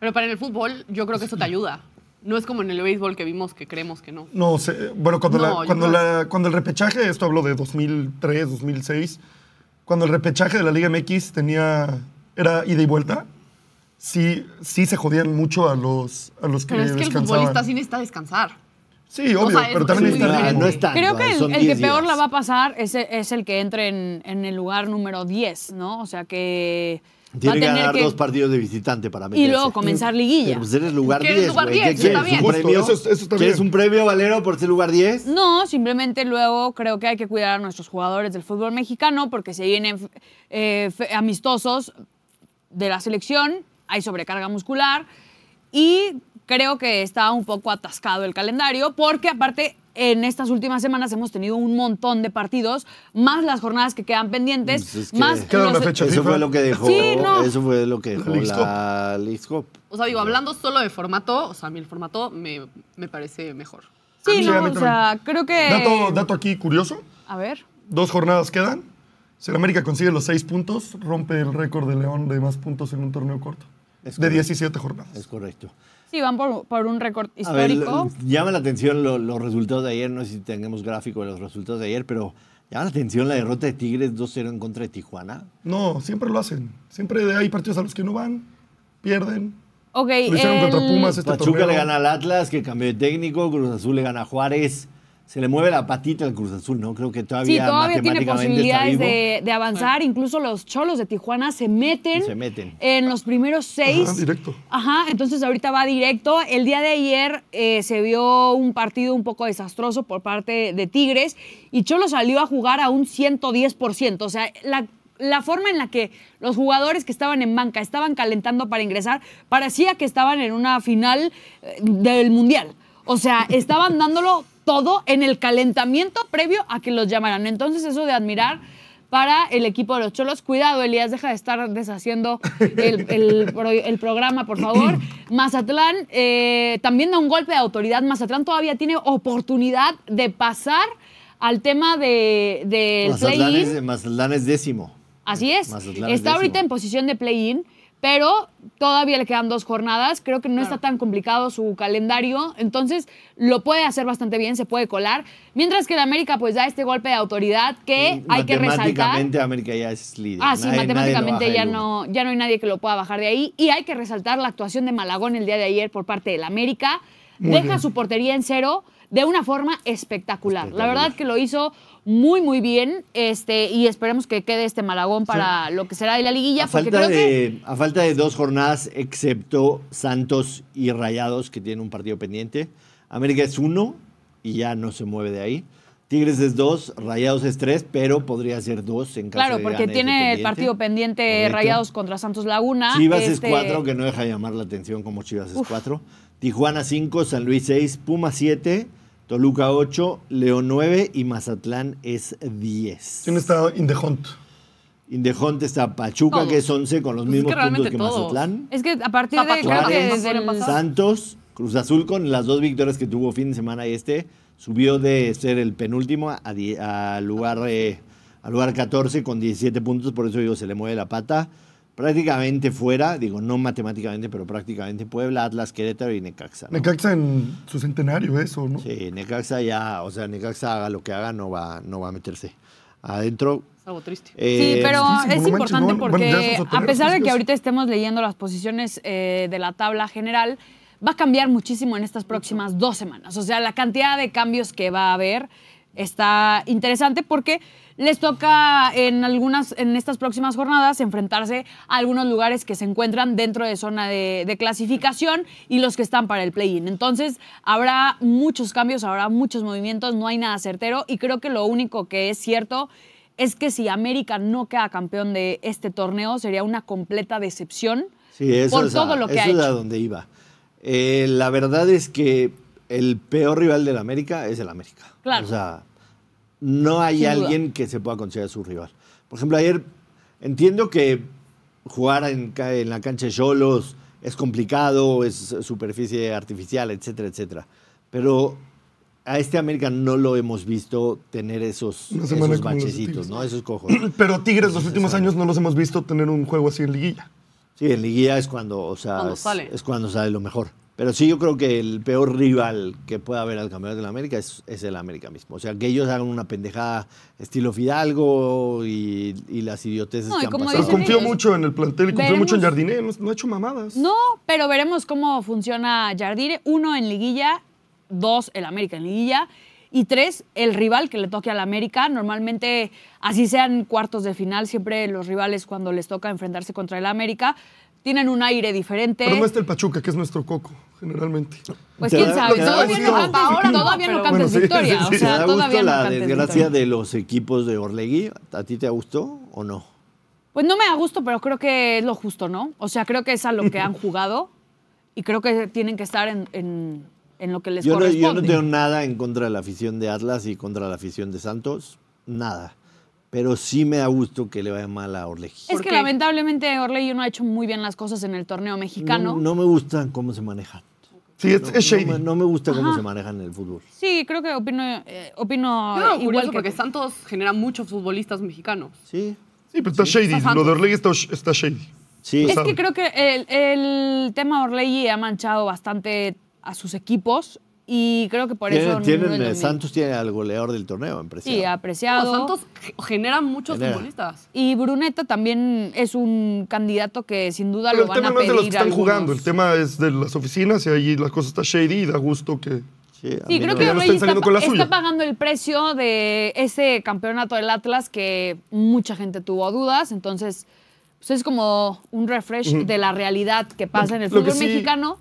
D: Pero para el fútbol, yo creo que eso te ayuda. No es como en el béisbol que vimos que creemos que no.
C: No sé, bueno, cuando,
D: No,
C: la-
D: yo
C: cuando,
D: creo que
C: la- cuando el repechaje, esto hablo de 2003, 2006, cuando el repechaje de la Liga MX tenía, era ida y vuelta, sí, sí se jodían mucho a los, a los que
D: Pero es que el
C: descansaban.
D: futbolista sí necesita descansar.
C: Sí,
D: o
C: obvio,
D: sea, es-
C: pero también
D: es
C: necesitan
D: muy
A: No,
C: ritmo.
A: no es tanto,
B: Creo que
A: son
B: el, el
A: 10
B: que peor
A: días.
B: la va a pasar es, es el que entre en, en el lugar número 10, ¿no? O sea que. va
A: Tiene
B: a
A: que
B: tener
A: ganar
B: que.
A: dos partidos de visitante para meterse.
B: y luego comenzar liguilla.
A: Pero pues eres lugar
D: Que eres
A: 10,
D: lugar
A: güey. ¿Qué
D: 10, está
A: quieres?
D: bien.
A: ¿Un
C: Justo,
A: premio?
C: eso es- eso está
A: ¿Quieres
C: bien. Mm.
A: un premio, Valero, por ser lugar 10?
B: No, simplemente luego creo que hay que cuidar a nuestros jugadores del fútbol mexicano porque se vienen eh, fe- amistosos de la selección, hay sobrecarga muscular y creo que está un poco atascado el calendario porque aparte en estas últimas semanas hemos tenido un montón de partidos, más las jornadas que quedan pendientes,
A: Pues es que-
B: más...
C: Queda una fecha.
A: Eso
C: FIFA.
A: fue lo que dejó,
B: Sí, no.
A: eso fue lo que dejó
C: Leagues
A: la Leagues Cup.
D: O sea, digo, hablando solo de formato, o sea, a mí el formato me, me parece mejor.
B: Sí,
C: Sí,
B: no,
C: a mí
B: o
C: también.
B: sea, creo que...
C: Dato, dato aquí curioso,
B: A ver.
C: dos jornadas quedan. Si el América consigue los seis puntos, rompe el récord de León de más puntos en un torneo corto.
A: Es
C: de
A: correcto.
C: 17 jornadas.
A: Es correcto.
B: Sí, van por, por un récord
A: A ver,
B: histórico.
A: llama la atención lo- los resultados de ayer, no sé si tenemos gráfico de los resultados de ayer, pero llama la atención la derrota de Tigres 2-0 en contra de Tijuana.
C: No, siempre lo hacen. Siempre hay partidos a los que no van, pierden.
B: Ok,
C: Lo hicieron
B: el-
C: contra Pumas este
A: Pachuca
C: torneo.
A: le gana al Atlas, que cambió de técnico, Cruz Azul le gana a Juárez. Se le mueve la patita al Cruz Azul, ¿no? Creo que
B: Sí,
A: todavía,
B: todavía tiene
A: matemáticamente está
B: posibilidades
A: vivo.
B: de, de avanzar. Incluso los cholos de Tijuana se meten,
A: Se meten.
B: en los primeros seis.
C: Ajá, directo.
B: Ajá, entonces ahorita va directo. El día de ayer eh, se vio un partido un poco desastroso por parte de Tigres y Cholo salió a jugar a un 110%. O sea, la, la forma en la que los jugadores que estaban en banca estaban calentando para ingresar parecía que estaban en una final eh, del Mundial. O sea, estaban dándolo todo en el calentamiento previo a que los llamaran. Entonces eso de admirar para el equipo de los Cholos. Cuidado, Elías, deja de estar deshaciendo el, el pro- el programa,
A: [CLEARS THROAT]
B: por favor. Mazatlán eh, también da un golpe de autoridad. Mazatlán todavía tiene oportunidad de pasar al tema del de, del
A: Mazatlán,
B: play-in.
A: es, Mazatlán es décimo.
B: Así es.
A: Mazatlán es
B: está ahorita
A: décimo.
B: en posición de play-in, pero todavía le quedan dos jornadas. Creo que no está tan complicado su calendario, entonces lo puede hacer bastante bien, se puede colar. Mientras que el América pues da este golpe de autoridad que hay que resaltar.
A: Matemáticamente América ya es líder.
B: Ah, sí,
A: Nadie- nadie lo
B: matemáticamente
A: baja
B: ya
A: del uno.
B: no, ya no hay nadie que lo pueda bajar de ahí. Y hay que resaltar la actuación de Malagón el día de ayer por parte del América.
C: Muy
B: Deja
C: bien.
B: su portería en cero de una forma espectacular. La
A: Espectacular.
B: verdad que lo hizo muy, muy bien. Este, y esperemos que quede este Malagón para lo que será de la liguilla.
A: a
B: porque
A: falta,
B: creo que.
A: de, a falta de dos jornadas, excepto Santos y Rayados, que tienen un partido pendiente. América es uno y ya no se mueve de ahí. Tigres es dos, Rayados es tres, pero podría ser dos en caso
B: Claro,
A: de
B: porque
A: gane ese
B: tiene el partido pendiente
A: Correcto.
B: Rayados contra Santos
D: Ah,
B: Laguna.
A: Chivas es
B: Este,
A: cuatro, que no deja llamar la atención como Chivas es cuatro. Tijuana cinco, San Luis seis, Puma siete, Toluca ocho, León nueve y Mazatlán es diez.
C: ¿Quién está in the hunt?
A: Indejonte está Pachuca,
D: Todos.
A: que es 11 con los
D: Pues es
A: mismos
D: que
A: puntos
D: realmente
A: que
D: todos.
A: Mazatlán.
B: Es que a partir de. Creo que
A: Juárez,
B: desde el-
A: Santos, Cruz Azul con las dos victorias que tuvo fin de semana y este, subió de ser el penúltimo a die- al lugar, eh, al lugar 14 con 17 puntos, por eso digo, se le mueve la pata. Prácticamente fuera, digo, no matemáticamente, pero prácticamente Puebla, Atlas, Querétaro y Necaxa. ¿no?
C: Necaxa en su centenario, eso, ¿no?
A: Sí, Necaxa ya, o sea, Necaxa haga lo que haga, no va, no va a meterse adentro.
D: Es algo triste.
B: Sí,
A: Eh,
B: pero
C: sí, sí,
B: es
C: pues, no manches,
B: importante
C: no, bueno, ya
B: porque
C: son
B: a
C: soteros,
B: pesar de
C: es
B: que
C: que-
B: ahorita estemos leyendo las posiciones eh, de la tabla general, va a cambiar muchísimo en estas próximas dos semanas. O sea, la cantidad de cambios que va a haber está interesante porque les toca en algunas, en estas próximas jornadas enfrentarse a algunos lugares que se encuentran dentro de zona de, de clasificación y los que están para el play-in. Entonces habrá muchos cambios, habrá muchos movimientos, no hay nada certero y creo que lo único que es cierto es que si América no queda campeón de este torneo sería una completa decepción
A: Sí, eso
B: por
A: es
B: todo
A: a,
B: lo que
A: eso
B: ha
A: es a
B: hecho.
A: donde iba. Eh, la verdad es que el peor rival del América es el América.
B: Claro.
A: O sea, no hay
B: Sin duda.
A: alguien que se pueda considerar su rival. Por ejemplo, ayer entiendo que jugar en, ca- en la cancha de Cholos es complicado, es superficie artificial, etcétera, etcétera. Pero a este América no lo hemos visto tener esos,
C: Una semana
A: esos
C: como los
A: machecitos,
C: Tigres.
A: ¿no? Esos
C: [CLEARS THROAT]
A: cojos.
C: Pero Tigres los últimos años no los hemos visto tener un juego así en liguilla.
A: Sí, en liguilla es cuando, o sea,
D: Cuando
A: es,
D: sale.
A: es cuando sale lo mejor. Pero sí, yo creo que el peor rival que pueda haber al campeonato de la América es, es el América mismo. O sea, que ellos hagan una pendejada estilo Fidalgo y, y las idioteces
B: No, y
A: que han
B: como
A: pasado.
C: Pero
B: dicen
C: confío
B: ellos.
C: mucho en el plantel y confío
B: Veremos.
C: mucho en Jardiné. No, no ha hecho mamadas.
B: No, pero veremos cómo funciona Jardine. Uno en liguilla, dos el América en liguilla y tres el rival que le toque al América. Normalmente así sean cuartos de final, siempre los rivales cuando les toca enfrentarse contra el América tienen un aire diferente.
C: Pero no está el Pachuca, que es nuestro coco, generalmente.
B: Pues
A: Te
B: quién
A: da-
B: sabe,
C: te da
B: todavía no
C: gusto.
B: cantes,
D: Ahora no,
B: todavía no
D: pero-
B: cantes
C: Bueno, sí,
B: victoria,
C: sí, sí.
B: o sea,
A: ¿Te da
B: todavía
A: gusto
B: no
A: la
B: cantes
A: desgracia
B: victoria.
A: de los equipos de Orlegui? ¿A ti te gustó o no?
B: Pues no me da gusto, pero creo que es lo justo, ¿no? O sea, creo que es a lo que
C: [LAUGHS]
B: han jugado y creo que tienen que estar en, en- en lo que les
A: Yo no,
B: corresponde.
A: yo no tengo nada en contra de la afición de Atlas y contra la afición de Santos, nada. Pero sí me da gusto que le vaya mal a Orlegui.
B: Es
D: ¿Por
B: que
D: qué?
B: lamentablemente Orley no ha hecho muy bien las cosas en el torneo mexicano.
A: No, no me gusta cómo se manejan.
C: Sí, es,
A: No,
C: es shady.
A: No, me- no me gusta cómo se manejan en el fútbol.
B: Sí, creo que opino, eh, opino
D: Yo creo
B: igual
D: curioso
B: que
D: porque
B: tú.
D: Santos genera muchos futbolistas mexicanos.
A: Sí.
C: Sí, pero está shady.
D: Ajá.
C: Lo de Orlegui está, está shady.
A: Sí.
B: Es
C: Pesado.
B: que creo que el, el tema Orley ha manchado bastante a sus equipos y creo que por
A: Tienen-
B: eso... no
A: tienen,
B: es lo
A: eh,
B: mismo.
A: Santos tiene al goleador del torneo, en
B: Sí,
A: preciado.
D: No,
B: apreciado.
D: Santos ge- genera muchos
A: Genera.
D: futbolistas.
B: Y Bruneta también es un candidato que sin duda lo
C: Pero el
B: van
C: tema
B: a
C: no es
B: pedir
C: de los que están
B: algunos.
C: jugando. El tema es de las oficinas y ahí la cosa está shady y da gusto que...
A: Sí, a
B: Sí,
A: mí
B: creo
A: no
B: que
A: me-
C: ya no
B: Orley
C: estén
B: está,
C: saliendo con la
B: está
C: suya.
B: pagando el precio de ese campeonato del Atlas que mucha gente tuvo dudas. Entonces, pues es como un refresh de la realidad que pasa en el
C: Lo que
B: fútbol
C: sí-
B: mexicano.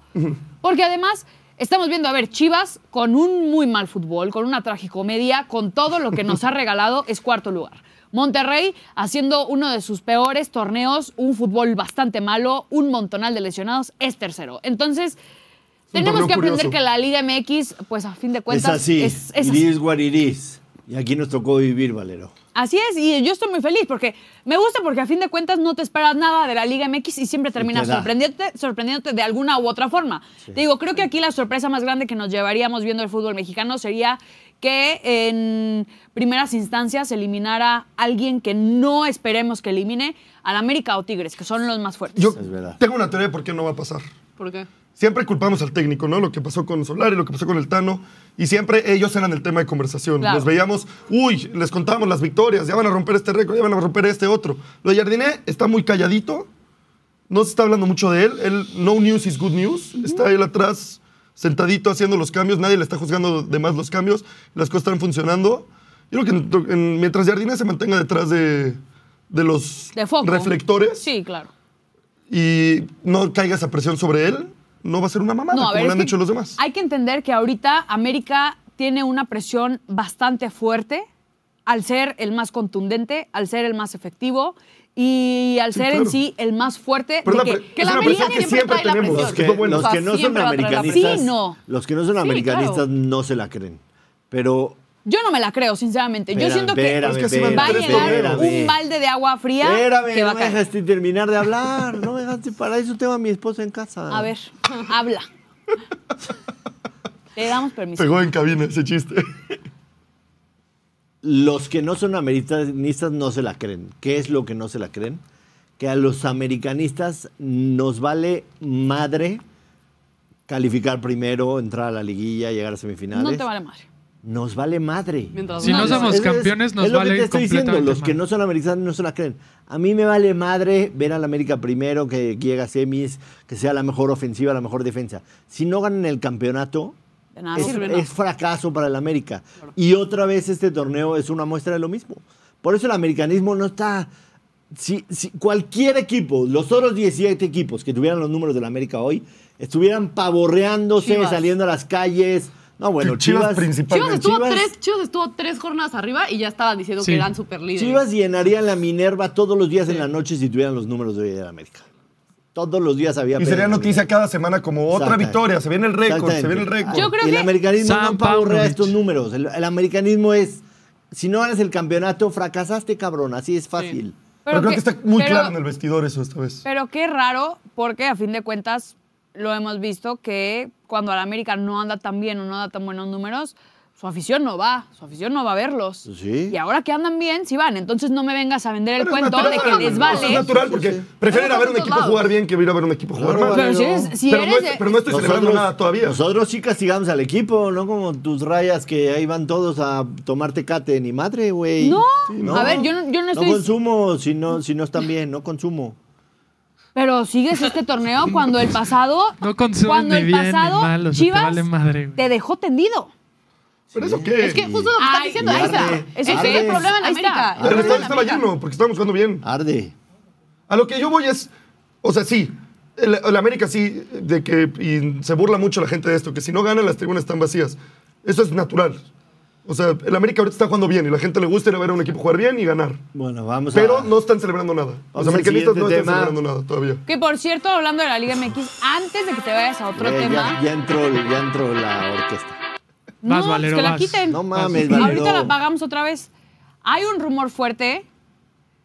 B: Porque además estamos viendo, a ver, Chivas con un muy mal fútbol, con una tragicomedia, con todo lo que
C: [LAUGHS]
B: nos ha regalado, es cuarto lugar. Monterrey haciendo uno de sus peores torneos, un fútbol bastante malo, un montonal de lesionados, es tercero. Entonces,
C: un
B: tenemos
C: torneo
B: que aprender
C: curioso.
B: que la Liga MX, pues a fin de
A: Es
B: cuentas,
A: así.
B: es- es así.
A: Iris guariris. Y aquí nos tocó vivir, Valero.
B: Así es, y yo estoy muy feliz porque me gusta porque a fin de cuentas no te esperas nada de la Liga MX y siempre terminas
A: da.
B: sorprendiéndote, sorprendiéndote de alguna u otra forma. Te digo, creo que aquí la sorpresa más grande que nos llevaríamos viendo el fútbol mexicano sería que en primeras instancias eliminara alguien que no esperemos que elimine al América o Tigres, que son los más fuertes.
C: Yo
A: Es verdad.
C: tengo una teoría de por qué no va a pasar.
D: ¿Por qué?
C: Siempre culpamos al técnico, ¿no? Lo que pasó con Solari, lo que pasó con el Tano. Y siempre ellos eran el tema de conversación.
B: Claro.
C: Los veíamos, uy, les contábamos las victorias, ya van a romper este récord, ya van a romper este otro. Lo de Jardiné está muy calladito, no se está hablando mucho de él. Él, no news is good news. Está él atrás, sentadito, haciendo los cambios. Nadie le está juzgando de más los cambios. Las cosas están funcionando. Yo creo que en- en- mientras Jardiné se mantenga detrás de, de los
B: De foco.
C: reflectores
B: Sí, claro.
C: y no caiga esa presión sobre él, no va a ser una mamada
B: No, a
C: como
B: ver,
C: lo
B: es
C: han
B: que
C: hecho los demás.
B: Hay que entender que ahorita América tiene una presión bastante fuerte al ser el más contundente, al ser el más efectivo y al
C: Sí,
B: ser en
C: claro.
B: sí el más fuerte. de
C: Pero la
B: que-
C: pre-
B: que
C: es
B: la
C: una
B: América
C: presión que
B: siempre
C: siempre
B: trae la
C: tenemos,
B: presión.
A: Los que,
C: Es lo bueno.
A: los
D: O sea,
A: que no son
D: siempre va a traer la
A: americanistas,
B: presión. Sí, no.
A: los que no son
B: Sí,
A: americanistas
B: claro.
A: no se la creen. Pero
B: Yo no me la creo, sinceramente. Yo
A: Espérame,
B: siento que
A: espérame,
C: Es que sí van
B: va a
C: espérame,
B: llegar
A: espérame.
B: un balde de agua fría
A: espérame,
B: que va a
A: no me
B: caer.
A: dejaste terminar de hablar, no me dejaste para eso tengo a mi esposa en casa.
B: A ver,
A: [LAUGHS]
B: habla. Le damos permiso.
C: Pegó en cabina ese chiste.
A: los que no son americanistas no se la creen. ¿Qué es lo que no se la creen? Que a los americanistas nos vale madre calificar primero, entrar a la liguilla, llegar a semifinales.
B: No te vale madre.
A: Nos vale madre.
D: Mientras
E: Si no
D: nadie-
E: somos campeones, nos
A: es lo que
E: vale
A: te estoy diciendo,
E: completamente
A: los que
E: madre.
A: no son americanos no se la creen. A mí me vale madre ver al América primero, que, que llegue a semis, que sea la mejor ofensiva, la mejor defensa. Si no ganan el campeonato,
D: De nada
A: es,
D: sirve nada.
A: es fracaso para el América. Y otra vez este torneo es una muestra de lo mismo. Por eso el americanismo no está... Si, si cualquier equipo, los otros 17 equipos que tuvieran los números del América hoy, estuvieran pavorreándose,
D: Chivas.
A: saliendo a las calles. No, bueno,
C: Chivas
A: Chivas,
C: principalmente.
D: Chivas estuvo,
A: Chivas-
D: Tres, Chivas estuvo tres jornadas arriba y ya estaban diciendo
E: Sí.
D: que eran super líderes.
A: Chivas llenaría la Minerva todos los días en la noche si tuvieran los números de hoy del América. Todos los días había...
C: Y
A: pedo
C: sería
A: en la
C: noticia cada semana como otra
A: Exactamente.
C: victoria. Se viene el récord, se viene el récord.
D: Yo creo
A: Y el
D: que-
A: americanismo
E: San
A: no pavorrea
E: Paunovic.
A: estos números. El, el americanismo es, si no ganas el campeonato, fracasaste, cabrón. Así es fácil.
C: Pero, creo que, está muy
B: pero-
C: claro en el vestidor eso esta vez.
B: Pero qué raro, porque a fin de cuentas lo hemos visto que cuando la América no anda tan bien o no da tan buenos números, su afición no va, su afición no va a verlos.
A: Sí.
B: Y ahora que andan bien, sí van. Entonces no me vengas a vender el
C: Pero es
B: cuento de
C: natural,
B: que les
C: ¿no?
B: vale.
C: O sea, Es natural porque prefieren
D: Pero
C: a ver un
D: por
C: equipo
D: todos
C: jugar bien que ir a ver un equipo jugar
A: Claro,
C: mal.
B: Pero si
A: Pero-
B: eres, si
C: pero, no,
B: eres
C: es-
B: de-
C: pero no estoy celebrando nada todavía.
A: Nosotros sí castigamos al equipo, no como tus rayas que ahí van todos a tomar tecate ni madre, güey.
B: No.
A: Sí,
B: A ver, yo no, yo no estoy.
A: consumo si no, si no están bien, no consumo.
B: Pero sigues este torneo cuando el pasado.
E: [LAUGHS] No consumes
B: cuando
E: ni
B: el
E: bien ni
B: pasado,
E: mal, o sea, te
B: Chivas
E: vale madre, güey.
B: te dejó tendido.
C: ¿Pero eso qué?
D: Es que justo lo que están
B: Ay,
D: diciendo, ahí
A: y
D: está.
A: arde,
D: Ese es
A: arde.
D: el problema en la
B: Ahí está.
D: América.
C: Pero el estadio
D: problema en la
C: estaba
D: América.
C: lleno porque estábamos jugando bien.
A: Arde.
C: A lo que yo voy es, o sea, sí, el, el América sí, de que y se burla mucho la gente de esto, que si no gana las tribunas están vacías. Eso es natural. O sea, el América ahorita está jugando bien y la gente le gusta ir a ver a un equipo jugar bien y ganar.
A: Bueno, vamos a.
C: Pero no están celebrando nada.
A: Vamos
C: Los
A: al
C: americanistas
A: siguiente
C: no están
A: tema.
C: celebrando nada todavía.
B: Que por cierto, hablando de la Liga MX, antes de que te vayas a otro
A: Eh,
B: tema.
A: ya, ya entró, ya entró la orquesta.
B: No,
E: Vas, Valero,
B: que la
E: vas.
B: quiten.
A: No mames,
B: Ahorita
A: Valero.
B: la apagamos otra vez. Hay un rumor fuerte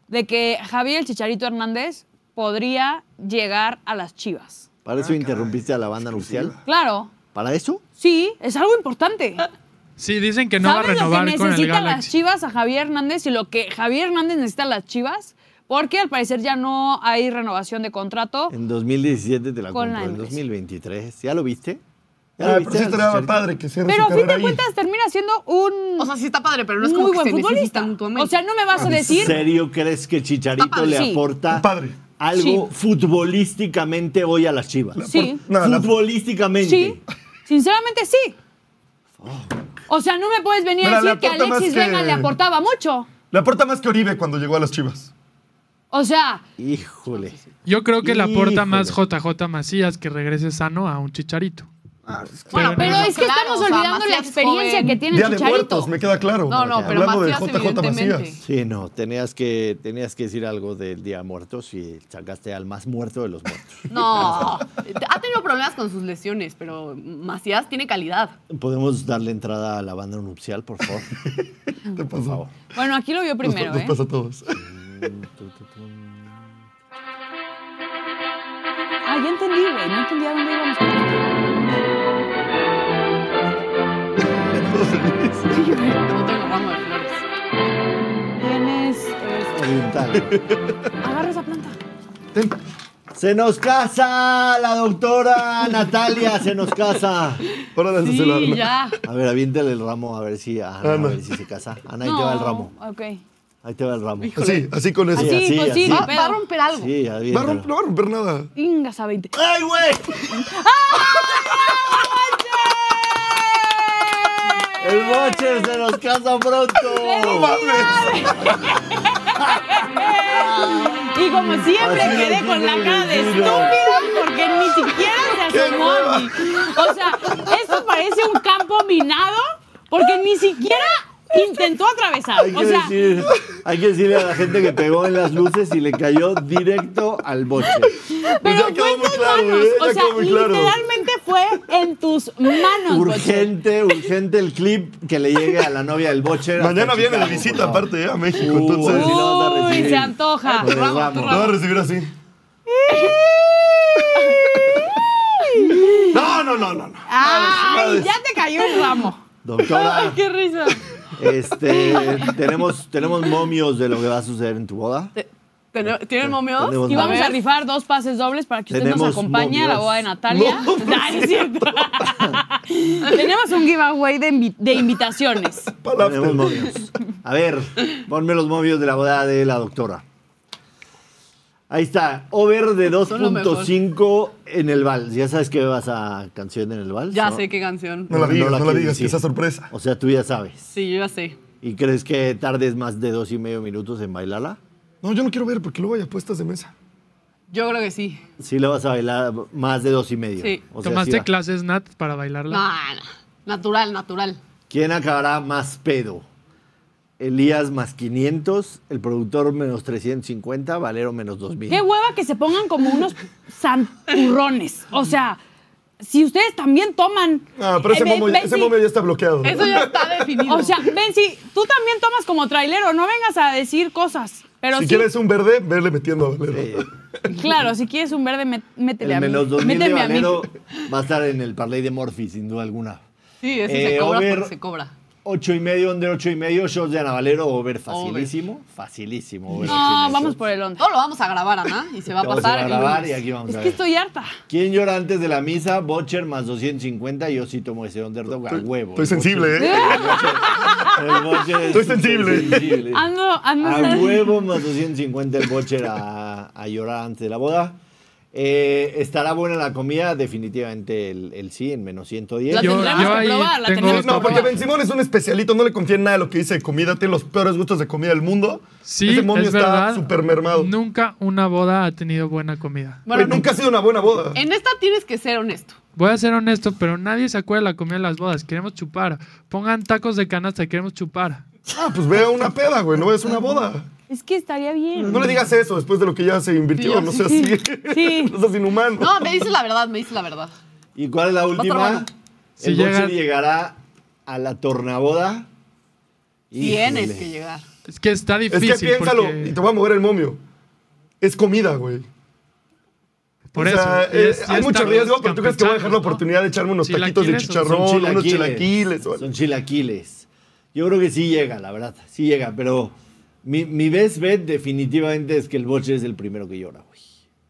B: de que Javier el Chicharito Hernández podría llegar a las Chivas.
A: Para
C: Ah,
A: eso interrumpiste a la banda nupcial.
B: Claro,
A: ¿Para eso?
B: sí, es algo importante.
E: Sí, dicen [LAUGHS] que no va a
B: ¿Sabes lo
E: renovar
B: que
E: con el
B: necesita las
E: Galaxy.
B: Chivas a Javier Hernández y lo que Javier Hernández necesita a las Chivas? Porque al parecer ya no hay renovación de contrato.
A: En 2017 te la
B: Con
A: compro,
B: la
A: en
B: MLS.
A: 2023. ¿Ya lo viste? ¿Ya
C: Ah,
A: lo
C: pero sí estaría padre que cierre
B: Pero a
C: su
B: fin de
C: carrera ahí.
B: cuentas termina siendo un
D: O sea, sí está padre, pero no es como
B: muy
D: que
B: buen
D: se
B: futbolista.
D: necesitan mutuamente.
B: O sea, no me vas
A: Ah,
B: a decir
A: ¿En serio crees que Chicharito
B: Papá,
A: le
B: sí.
A: aporta
C: Padre.
A: algo futbolísticamente hoy a las Chivas?
B: sí.
C: Nada, la-
A: futbolísticamente.
B: Sí, sinceramente sí. O sea, no me puedes venir
C: Mira,
B: a
C: le
B: decir que
C: aporta más
B: Alexis
C: que-
B: Vega le aportaba mucho.
C: Le aporta más que Oribe cuando llegó a las Chivas.
B: O sea,
A: Híjole.
E: Yo creo que le aporta más
A: Híjole.
E: JJ Macías que regrese sano a un chicharito.
D: Bueno,
E: Pero
B: pero
E: no.
B: es que
D: Claro,
B: estamos
D: o sea,
B: olvidando la
D: Macías
B: experiencia
D: joven.
B: que tiene
C: Día de
B: Chicharito.
C: muertos, me queda claro.
D: No, no,
C: Acá,
D: pero
C: Hablando
D: Macías,
C: de JJ Macías.
D: evidentemente.
A: Sí, no, tenías que, tenías que decir algo del Día de Muertos y sacaste al más muerto de los muertos. [LAUGHS]
D: No, [LAUGHS] ha tenido problemas con sus lesiones, pero Macías tiene calidad.
A: ¿Podemos darle entrada a la banda nupcial, por
C: [LAUGHS]
A: favor?
C: Te pasó.
A: favor.
B: Bueno, aquí lo vio
C: Nos-
B: primero,
C: nos
B: ¿eh?
C: pasa a todos. [LAUGHS]
B: Ah, ya entendí, güey. No entendía dónde íbamos. con esto.
D: No tengo ramo de flores.
B: Tienes. este,
A: Oriental.
B: Agarra esa planta.
C: Ten-
A: Se nos casa la doctora Natalia, se nos casa.
C: Ahora lánzaselo a
D: Sí,
C: Arna.
D: ya.
A: A ver, aviéntale el ramo a ver si a Ana, a
C: Ana.
A: ver si se casa. Ana, ahí te va el ramo.
B: Ok.
A: Ahí te va el ramo.
C: Así, así con eso.
B: Así,
A: así,
B: pues
A: así.
B: sí,
A: Va-
D: Va,
B: ni
D: Ah, va a
B: pedo.
D: romper algo.
A: Sí,
C: Va a romp- no
A: aviéntalo.
C: va a romper nada.
B: Ingas a 20.
A: ¡Ay, güey!
B: ¡Ah,
A: El boche se nos casa pronto.
B: Y como siempre
A: Así lo
B: quedé con la
A: tiene
B: cara de
A: Valentina.
B: estúpida porque ni siquiera se
C: Qué
B: asomó a mí. O sea, esto parece un campo minado porque ni siquiera intentó atravesar.
A: Hay que,
B: O sea,
A: decir- hay que decirle a la gente que pegó en las luces y le cayó directo al boche.
C: Pues
B: pero
C: ya
B: fue
C: quedó
B: en
C: muy
B: tus
C: claro,
B: manos.
C: ¿eh?
B: O
C: Ya
B: sea,
C: quedó muy claro.
B: literalmente fue en tus manos, Boche.
A: Urgente, urgente el clip que le llegue a la novia del boche.
C: Mañana
A: Hasta
C: viene de
A: Chicago,
C: visita
A: por favor.
C: aparte ¿eh? a México,
A: Uh,
C: entonces
A: así
C: lo
A: lo vas a
B: Uy,
A: recibir.
B: se antoja.
A: Con el
B: Ramo,
A: ramo.
C: va a recibir así. No, no, no, no. no.
B: Ay, ya te cayó el ramo. Ay,
A: Doctora,
B: qué risa.
A: este, tenemos, tenemos momios de lo que va a suceder en tu boda.
D: Te- tener- ¿Tienen momios?
A: Tenemos
B: Y
C: Pues
B: vamos a
D: ver.
B: rifar dos pases dobles para que usted nos
A: Tenemos
B: acompañe a la
A: momios.
B: boda de Natalia. No, [LAUGHS] es cierto.
C: [LAUGHS]
B: Tenemos un giveaway de, invi- de invitaciones.
C: Palafter.
A: Tenemos momios. A ver, ponme los momios de la boda de la doctora. Ahí está, over de
D: Son lo mejor.
A: 2.5 en el vals. Ya sabes que vas a canción en el vals.
D: Ya
A: ¿no?
D: sé qué canción.
C: No la
A: No
C: digas,
A: la
C: no la,
A: quiero
C: digas,
A: decir.
C: que sea sorpresa.
A: O sea, tú ya sabes.
D: Sí, yo ya sé.
A: ¿Y crees que tardes más de dos y medio minutos en bailarla?
C: No, yo no quiero ver porque luego hay apuestas de mesa.
D: Yo creo que sí.
A: Sí, la vas a bailar más de dos y medio.
D: Sí.
A: O sea,
E: ¿Tomaste
A: sí va.
E: clases, Nat, para bailarla?
D: No, no. Natural, natural.
A: ¿Quién acabará más pedo? Elías más 500, el productor menos 350, Valero menos 2000.
B: Qué hueva que se pongan como unos santurrones. O sea, si ustedes también toman.
C: Ah, pero ese,
B: Eh, Ben-
C: momo, ya- ese
B: Benzi,
C: momo ya está bloqueado. ¿no?
D: Eso ya está [LAUGHS] definido.
B: O sea, Benzi, tú también tomas como trailero, no vengas a decir cosas. Pero
C: si
B: sí,
C: quieres un verde, verle metiendo a Valero.
B: claro, si quieres un verde, mé- métele
A: El
B: a mí.
A: menos 2000 de
B: Méteme a mí.
A: Valero va a estar en el parlay de Morphy, sin duda alguna.
D: sí, ese
A: Eh,
D: se cobra
A: over-
D: porque se cobra.
A: Ocho y medio, under ocho y medio, shots de Ana Valero, over facilísimo. Facilísimo. over ocho y
B: No,
A: medio
B: vamos
A: shots.
B: por el onda.
D: Todo lo vamos a grabar, Ana, y se va a
A: Todo se
D: pasar.
A: va a
D: el
A: grabar
D: lunes.
A: y aquí vamos
B: Es
A: a
B: que
A: ver.
B: estoy harta.
A: ¿Quién llora antes de la misa? Butcher más 250. Yo sí tomo ese underdog a huevo.
C: Estoy
A: El
C: sensible, ¿eh?
A: Butcher- el Butcher es
C: Estoy sensible.
A: sensible.
B: Ando, ando.
A: A Ah, huevo más 250 el Butcher a, a llorar antes de la boda. Eh, ¿Estará buena la comida? Definitivamente el, el sí, en menos 110.
D: La
E: Yo-
D: tendremos
E: yo
D: que
E: ahí
D: probar, la
E: tengo
D: tendremos que
C: No, porque
D: probar.
C: Ben Simón es un especialito, no le confía en nada de lo que dice de comida, tiene los peores gustos de comida del mundo.
E: Sí,
C: Ese momio
E: es
C: está
E: verdad.
C: súper mermado. Güey,
E: Nunca una boda ha tenido buena comida.
D: Bueno,
C: nunca ha sido una buena boda.
D: en esta tienes que ser honesto.
E: Voy a ser honesto, pero nadie se acuerda de la comida de las bodas. Queremos chupar. Pongan tacos de canasta, queremos chupar.
C: Ah, pues ve a una peda, güey, no es una boda.
B: Es que estaría bien.
C: No le digas eso después de lo que ya se invirtió,
D: Sí,
C: no
D: sí,
C: seas así.
B: sí.
C: [LAUGHS] no seas inhumano.
D: No, me dices la verdad, me dices la verdad.
A: ¿Y cuál es la
D: estar
A: última?
D: bueno.
E: Si
A: el Butcher
E: llegan-
A: llegará a la tornaboda.
D: Tienes
A: Híjole.
D: que llegar.
E: Es que está
C: es
E: difícil.
C: que piénsalo,
E: porque-
C: y te voy a mover el momio. Es comida, güey.
E: Por
C: o
E: eso.
C: sea,
E: y
C: eh,
E: es- y
C: hay
E: es
C: mucho
E: tacos
C: riesgo, pero tú crees que voy a dejar la
E: campechanos, ¿no?
C: oportunidad de echarme unos taquitos de
E: Chilaquiles, son-
C: chicharrón, unos chilaquiles. o algo.
A: Son chilaquiles. Yo creo que sí llega, la verdad. Sí llega, pero mi, mi best bet definitivamente es que el Butcher es el primero que llora, güey.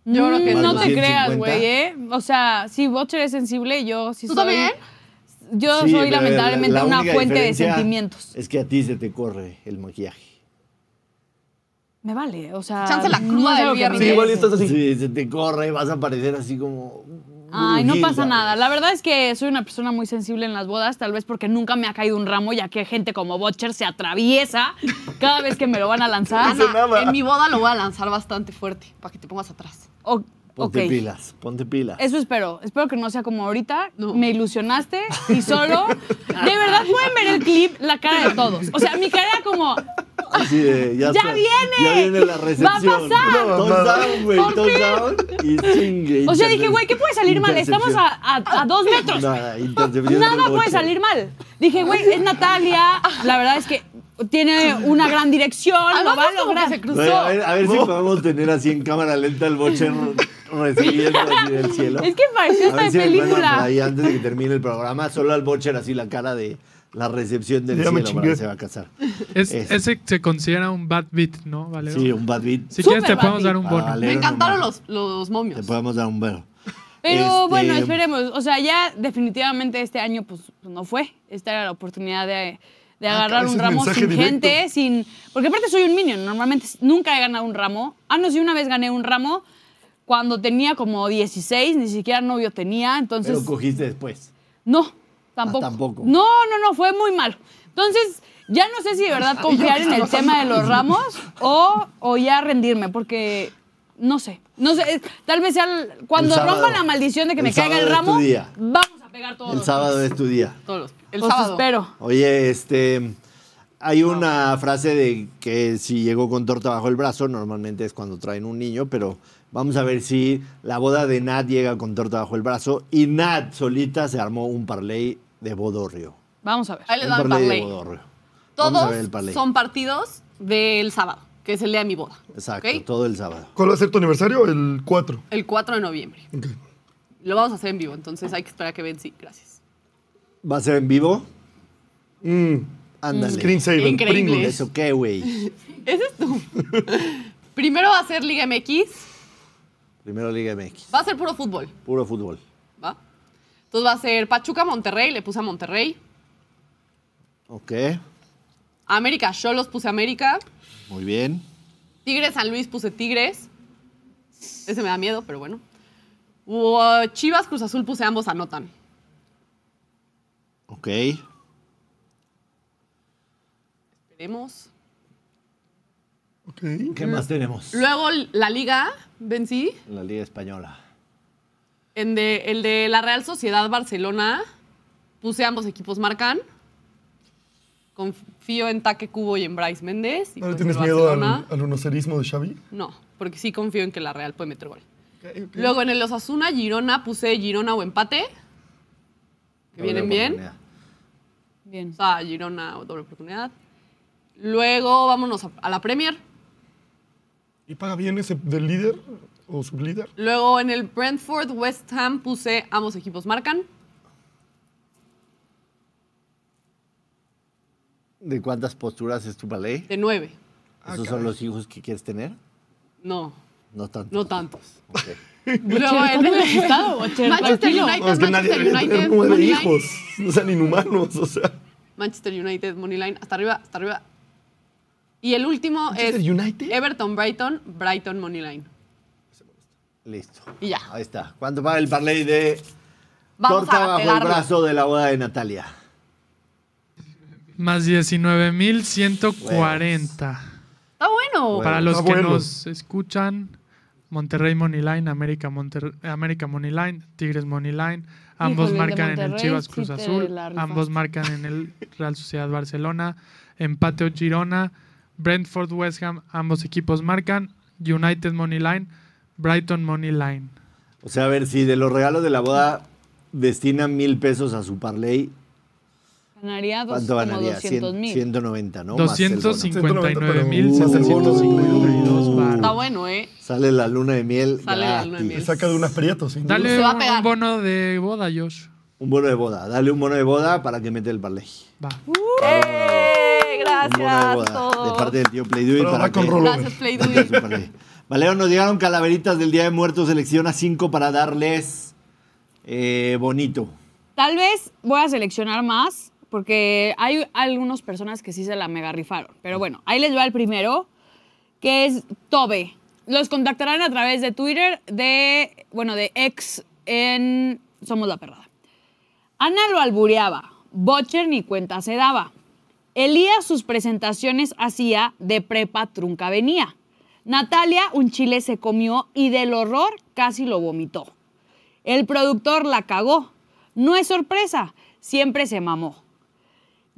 D: Yo creo que
A: Más
D: no.
B: Mm, no te
A: 250.
B: creas, güey, ¿eh? O sea, si Butcher es sensible, yo sí
D: ¿Tú
B: soy.
D: también?
B: Yo
A: Sí,
B: soy
A: pero
B: lamentablemente
A: la- la
B: una
A: única
B: fuente de
A: diferencia
B: sentimientos.
A: Es que a ti se te corre el maquillaje.
B: Me vale, o sea.
D: Chance la
B: no
D: cruda
B: es
D: del
B: algo que
D: viernes.
B: me
C: Sí, igual y
B: interese.
C: estás así.
A: Sí, se te corre, vas a parecer así como.
B: Ay, no
A: brujilda,
B: pasa nada.
A: güey.
B: La verdad es que soy una persona muy sensible en las bodas, tal vez porque nunca me ha caído un ramo, ya que gente como Butcher se atraviesa cada vez que me lo van a lanzar.
D: Ana,
C: nada.
D: en mi boda lo voy a lanzar bastante fuerte, para que te pongas atrás.
B: O-
A: Ponte
B: ok.
A: pilas, ponte pilas.
B: Eso espero. Espero que no sea como ahorita.
D: No.
B: Me ilusionaste y solo. De verdad pueden ver el clip, la cara de todos. O sea, mi cara era como.
A: Así de, ya,
B: ¡Ya
A: está,
B: viene!
A: Ya viene la
B: ¡Va a
A: recepción.
B: pasar!
C: Una mamada.
A: Touchdown, güey, touchdown. Y chingue.
B: O sea, dije, güey, ¿qué puede salir mal? Estamos a, a- a dos metros. [LAUGHS]
A: Nada, intercepción del
B: Nada puede
A: Butcher.
B: salir mal. Dije, güey, es Natalia. La verdad es que tiene una gran dirección. Lo
D: Además,
B: va a
D: es como que
B: lograr.
D: se cruzó.
A: Güey, a ver, a ver si podemos tener así en cámara lenta el
B: [LAUGHS]
A: bocher recibiendo así del cielo.
B: Es que pareció
A: a
B: esta
A: ver si
B: de
A: me mandan por
B: película.
A: ahí antes de que termine el programa, solo al bocher así la cara de la recepción del
C: Ya me
A: cielo para
C: chingué.
A: que se va a casar.
E: Es-
A: Eso.
E: ese se considera un bad beat, ¿no, Valero?
A: Sí, un bad beat.
E: Si
B: Súper
E: quieres, te
B: bad
E: podemos
B: beat.
E: dar un
A: Ah,
E: bono.
A: vale.
D: Me
A: Pero
D: encantaron
A: nomás.
D: los, los
A: Te
D: momios.
A: podemos dar un vero.
B: Pero
A: Este,
B: bueno, esperemos. O sea, ya definitivamente este año pues no fue. Esta era la oportunidad de, de
A: Ah,
B: agarrar
C: caray,
B: un
C: ese
B: ramo
C: mensaje
B: sin
C: directo.
B: gente, sin. Porque aparte soy un minion. Normalmente nunca he ganado un ramo. Ah, no, sí, una vez gané un ramo cuando tenía como 16, ni siquiera novio tenía. Entonces.
A: Pero cogiste después.
B: No, tampoco.
A: Ah, tampoco.
B: No, no, no, fue muy malo. Entonces, ya no sé si de verdad confiar en el tema de los ramos o, o ya rendirme, porque no sé. No sé, es- tal vez sea el- cuando
A: El sábado.
B: rompa la maldición de que
A: El
B: me caiga el
A: sábado es tu
B: ramo,
A: día.
B: vamos a pegar todos.
A: El sábado es tu día.
D: Todos los- el
B: Los
D: sábado.
B: espero.
A: Oye, este. Hay una frase de que si llegó con torta bajo el brazo, normalmente es cuando traen un niño, pero vamos a ver si la boda de Nat llega con torta bajo el brazo y Nat solita se armó un parlay de Bodorrio.
B: Vamos a ver.
D: Ahí les
A: Un
D: va el
A: de
D: parlay.
A: Bodorrio. Vamos a ver el
D: Todos
A: parlay.
D: son partidos del sábado, que es el día de mi boda.
A: Exacto,
D: ¿ok?
A: todo el sábado.
C: ¿Cuál va a ser tu aniversario? El 4.
D: El 4 de noviembre.
C: Ok.
D: Lo vamos a hacer en vivo, entonces hay que esperar a que ven. Sí, gracias.
A: ¿Va a ser en vivo?
C: Mm,
A: Ándale.
C: screensaver,
D: Increíble.
C: Pringles.
A: ¿Eso qué, güey?
D: Ese es tú. Primero va a ser Liga MX,
A: Primero Liga MX.
D: va a ser puro fútbol,
A: Puro fútbol.
D: ¿va? Entonces va a ser Pachuca Monterrey, le puse a Monterrey.
A: Ok,
D: América Cholos puse América.
A: muy bien.
D: Tigres San Luis puse Tigres. Ese me da miedo, pero bueno. Uh, Chivas, Cruz Azul, puse ambos anotan.
A: Ok.
D: Esperemos.
C: Ok.
A: ¿Qué más tenemos?
D: Mm. Luego la Liga, vencí.
A: La Liga Española.
D: En de, el de la Real Sociedad Barcelona, puse ambos equipos marcan. Confío en Taque Cubo y en Bryce Méndez. y
C: ¿No le
D: pues
C: tienes
D: el
C: miedo al,
D: Barcelona-
C: al unocerismo de Xavi?
D: No, porque sí confío en que la Real puede meter gol.
C: Ok, ok.
D: Luego en el Osasuna, Girona, puse Girona o empate. Que
A: Doble
D: vienen bien.
A: oportunidad.
B: Bien.
D: O sea, Girona o doble oportunidad. Luego vámonos a, a la Premier.
C: ¿Y paga bien ese del líder o sublíder?
D: Luego en el Brentford, West Ham, puse ambos equipos marcan.
A: ¿De cuántas posturas es tu ballet?
D: De nueve. Ah,
A: ¿Esos son los hijos que quieres tener?
D: No,
A: No tanto.
D: no tantos.
A: Ok.
D: Luego en el Manchester United,
C: No, es que nadie
D: Manchester
C: debería tener
D: United,
C: nueve
D: Moneyline.
C: hijos. No sean inhumanos, o sea.
D: Manchester United, Moneyline, hasta arriba, hasta arriba. Y el último es
C: ¿Manchester United?
D: Everton, Brighton, Brighton, Moneyline.
A: Listo.
D: Y ya.
A: Ahí está. ¿Cuánto paga el parlay de
D: Vamos
A: torta
D: a
A: bajo el
D: pegarla.
A: brazo de la boda de Natalia?
E: Más 19,140.
D: Está bueno.
A: Bueno.
E: Para los
C: Está
E: que
C: bueno.
E: nos escuchan, Monterrey Moneyline, América, Monter América Moneyline, Tigres Moneyline. Ambos
B: Híjole, el de
E: marcan en el
B: Monterrey
E: Chivas
B: sí
E: Cruz
B: te
E: Azul.
B: la rifaste.
E: Ambos marcan en el Real Sociedad Barcelona. Empate o Girona. Brentford West Ham. Ambos equipos marcan. United Moneyline. Brighton Moneyline.
A: O sea, a ver, si de los regalos de la boda destinan mil pesos a su parlay,
B: Ganaría dos,
A: ¿cuánto
B: como
A: ganaría?
B: 200
A: Cien-
B: mil.
A: 190, ¿no? Más el bono. Uh.
E: 259,752
D: Está
E: baros.
D: bueno, ¿eh?
A: Sale la luna de miel.
D: Sale la luna de
A: gratis.
C: Te
D: miel.
C: saca de un aprieto, sin duda.
E: Dale
D: Se va a
E: un-
D: pegar.
E: un bono de boda, Josh.
A: Un bono de boda. Dale un bono de boda para que mete el parlay.
E: Va.
D: ¡Eh!
A: Un bono de
D: Gracias a
A: boda. De
D: todos.
A: parte del tío Playduy.
C: Pero va
A: para
C: con
A: que-
C: Rolo.
D: Gracias, Play Do
A: Mande
D: [LAUGHS] It.
A: su parlay. Valero, nos llegaron calaveritas del Día de Muertos. Selecciona cinco para darles eh, bonito.
B: Tal vez voy a seleccionar más, porque hay algunas personas que sí se la mega rifaron. Pero bueno, ahí les va el primero, que es Tobe. Los contactarán a través de Twitter, de, bueno, de ex en Somos la Perrada. Ana lo albureaba, Bocher ni cuenta se daba. Elías sus presentaciones hacía de prepa trunca venía. Natalia un chile se comió y del horror casi lo vomitó. El productor la cagó. No es sorpresa, siempre se mamó.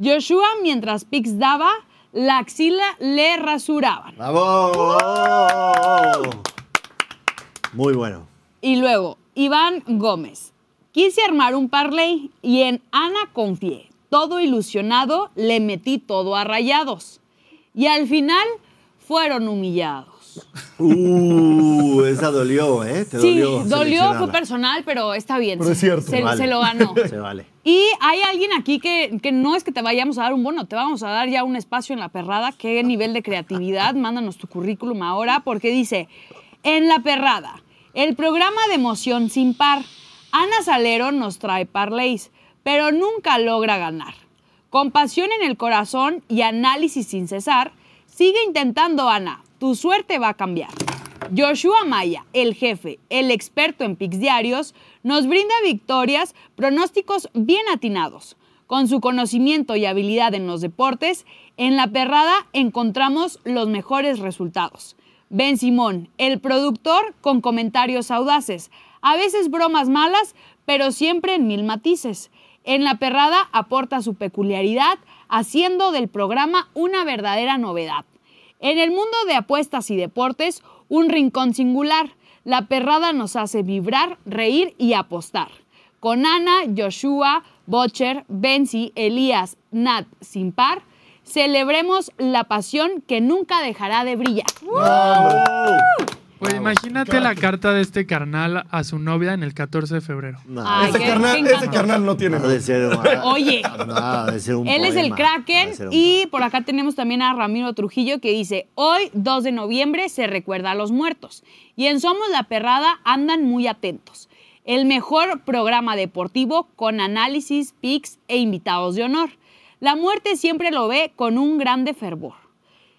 B: Joshua, mientras Pix daba, la axila le rasuraban.
A: ¡Bravo! Muy bueno.
B: Y luego, Iván Gómez. Quise armar un parlay y en Ana confié. Todo ilusionado, le metí todo a rayados. Y al final fueron humillados.
A: Uh, esa dolió, ¿eh? Te
B: sí,
A: dolió.
B: dolió, fue
A: seleccionarla.
B: personal, pero está bien.
C: Pero
B: se-
C: es cierto.
B: Se,
A: Vale.
B: se lo ganó.
A: [LAUGHS] Se
B: [LAUGHS]
A: vale.
B: Y hay alguien aquí que, que no es que te vayamos a dar un bono, te vamos a dar ya un espacio en la perrada. ¿Qué nivel de creatividad? Mándanos tu currículum ahora, porque dice: En la perrada, el programa de emoción sin par. Ana Salero nos trae parlays, pero nunca logra ganar. Con pasión en el corazón y análisis sin cesar, sigue intentando, Ana. Tu suerte va a cambiar. Joshua Maya, el jefe, el experto en pics diarios, nos brinda victorias, pronósticos bien atinados. Con su conocimiento y habilidad en los deportes, en la perrada encontramos los mejores resultados. Ben Simón, el productor con comentarios audaces, a veces bromas malas, pero siempre en mil matices. En la perrada aporta su peculiaridad, haciendo del programa una verdadera novedad. En el mundo de apuestas y deportes, un rincón singular. La perrada nos hace vibrar, reír y apostar. Con Ana, Joshua, Bocher, Benzi, Elías, Nat, sin par, celebremos la pasión que nunca dejará de brillar. Oh.
E: Oye, Pues imagínate la carta de este carnal a su novia en el 14 de febrero.
A: No,
B: Ay,
C: Ese
B: qué-
C: Este carnal,
B: qué
C: ese carnal no tiene.
A: no ha de ser una-
B: [LAUGHS] Oye.
A: no, ha de ser un
B: Él es el
A: poema. Ha
B: Kraken
A: de ser un
B: y por acá tenemos también a Ramiro Trujillo que dice, hoy 2 de noviembre se recuerda a los muertos y en Somos la Perrada andan muy atentos. El mejor programa deportivo con análisis, pics e invitados de honor. La muerte siempre lo ve con un grande fervor.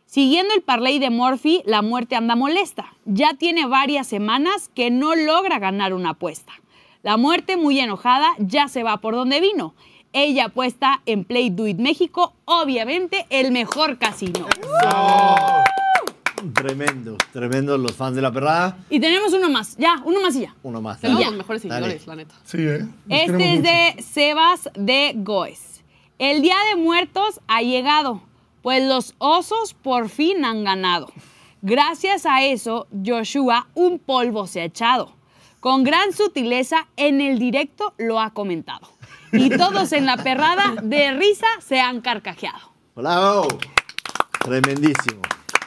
B: Siguiendo el parlay de Murphy, la muerte anda molesta. Ya tiene varias semanas que no logra ganar una apuesta. La muerte, muy enojada, ya se va por donde vino. Ella apuesta en Play Do It México, obviamente el mejor casino.
A: Tremendo, tremendo los fans de la perrada.
B: Y tenemos uno más, ya, uno más y ya.
A: Uno más.
D: Tenemos
A: dale.
D: los mejores
A: Dale.
D: seguidores, la neta.
C: Sí, ¿eh? Los queremos
B: Este es
C: mucho.
B: de Sebas de Goes. El Día de Muertos ha llegado, pues los osos por fin han ganado. Gracias a eso, Joshua un polvo se ha echado. Con gran sutileza, en el directo lo ha comentado.
C: [LAUGHS]
B: Y todos en la perrada de risa se han carcajeado.
A: ¡Bravo! oh. Tremendísimo.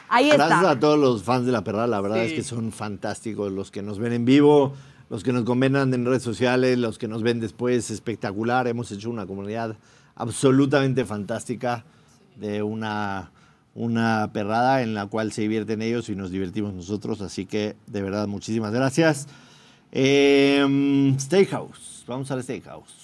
B: Ahí
A: Gracias
B: está.
A: a todos los fans de la perrada, la verdad es que son fantásticos los que nos ven en vivo, los que nos comentan en redes sociales, los que nos ven después, espectacular. Hemos hecho una comunidad absolutamente fantástica de una, una perrada en la cual se divierten ellos y nos divertimos nosotros, así que de verdad muchísimas gracias. Em, steakhouse, vamos al Steakhouse.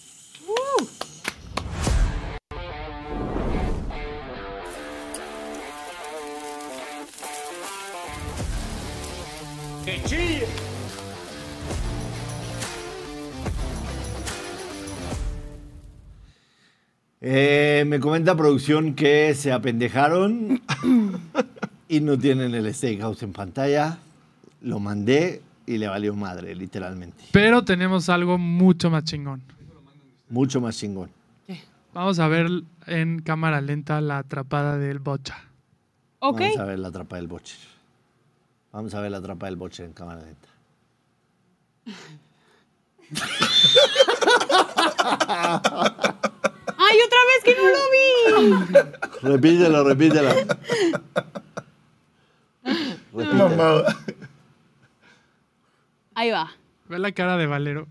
A: Eh, me comenta producción que se
B: [COUGHS]
A: apendejaron y no tienen el steakhouse en pantalla. Lo mandé y le valió madre, literalmente.
E: Pero tenemos algo mucho más chingón.
A: Mucho más chingón.
E: Vamos a ver en cámara lenta la atrapada del Bocha.
B: Ok.
A: Vamos a ver la trapa del boche. Vamos a ver la trapa del boche en cámara lenta.
B: ¡Ay, otra vez que no
C: [LAUGHS]
B: lo vi!
A: Repítelo,
B: [LAUGHS]
A: repítelo. Repítelo.
C: Mamada.
B: Ahí va.
E: Ve la cara de Valero.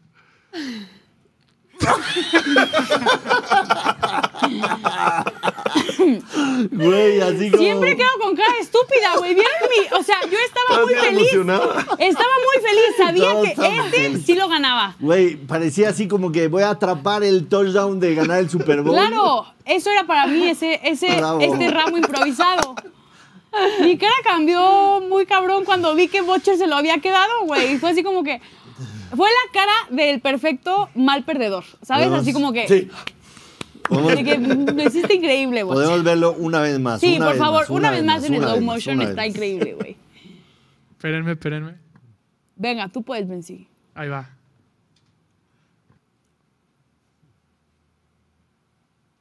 A: Güey, así como...
B: Siempre quedo con cara de estúpida, güey. ¿Vieron mi...? O sea, yo estaba muy
C: Estás bien
B: feliz.
C: emocionada.
B: Estaba muy feliz, sabía
A: No,
B: que
A: estaba
B: este
A: feliz.
B: sí lo ganaba.
A: Güey, parecía así como que voy a atrapar el touchdown de ganar el Super Bowl.
B: Claro, eso era para mí ese, ese,
A: Bravo.
B: este ramo improvisado. Mi cara cambió muy cabrón cuando vi que Bocher se lo había quedado, güey. Fue así como que. Fue la cara del perfecto mal perdedor, ¿sabes?
A: Podemos-
B: Así como que.
A: Sí. Podemos-
B: de que lo hiciste increíble, Bocher.
A: Podemos verlo una vez más.
B: Sí,
A: una
B: por
A: vez
B: favor,
A: más,
B: una vez más en
A: una
B: slow
A: vez más,
B: motion
A: una
B: está
A: vez más.
B: increíble, güey.
E: Espérenme, espérenme.
B: Venga, tú puedes, Benzi.
E: Ahí va.
A: [LAUGHS]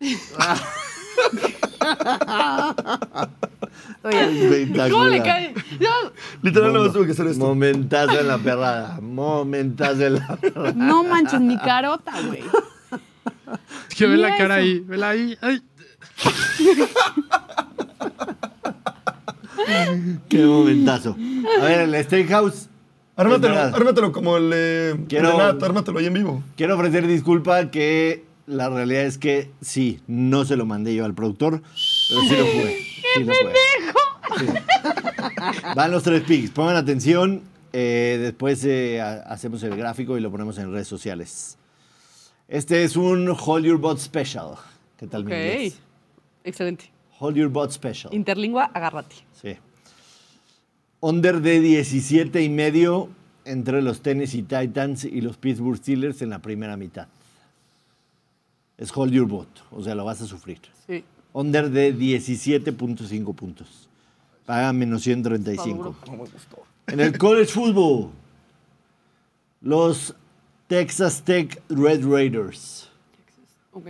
A: Espectacular.
D: ¿Cómo le cae? Yo-
C: Literal, no
A: Momo-
C: más tuve que hacer esto.
A: Momentazo en la perrada. Momentazo en la perrada.
B: No manches mi carota, güey.
E: Es que ve
B: ¿Y
E: la
B: eso?
E: cara ahí. Vela ahí. Ay.
A: Qué momentazo. A ver, el Steakhouse.
C: Ármatelo,
A: Es verdad.
C: ármatelo como el eh,
A: Quiero-
C: de Nat, ármatelo ahí en vivo.
A: Quiero ofrecer disculpa que la realidad es que sí, no se lo mandé yo al productor, pero sí lo jugué. ¡Qué pendejo! Van los tres picks, pongan atención. eh, después eh, ha- hacemos el gráfico y lo ponemos en redes sociales. Este es un Hold Your Bot Special. ¿Qué tal mi
D: Ok.
A: inglés?
D: Excelente.
A: Hold Your Bot Special.
D: Interlingua, agárrate.
A: Sí. Under de 17 y medio entre los Tennessee Titans y los Pittsburgh Steelers en la primera mitad. Es hold your boat, o sea, lo vas a sufrir.
D: Sí.
A: Under de 17.5 puntos. Paga menos 135. En el college football, los Texas Tech Red Raiders.
D: Ok.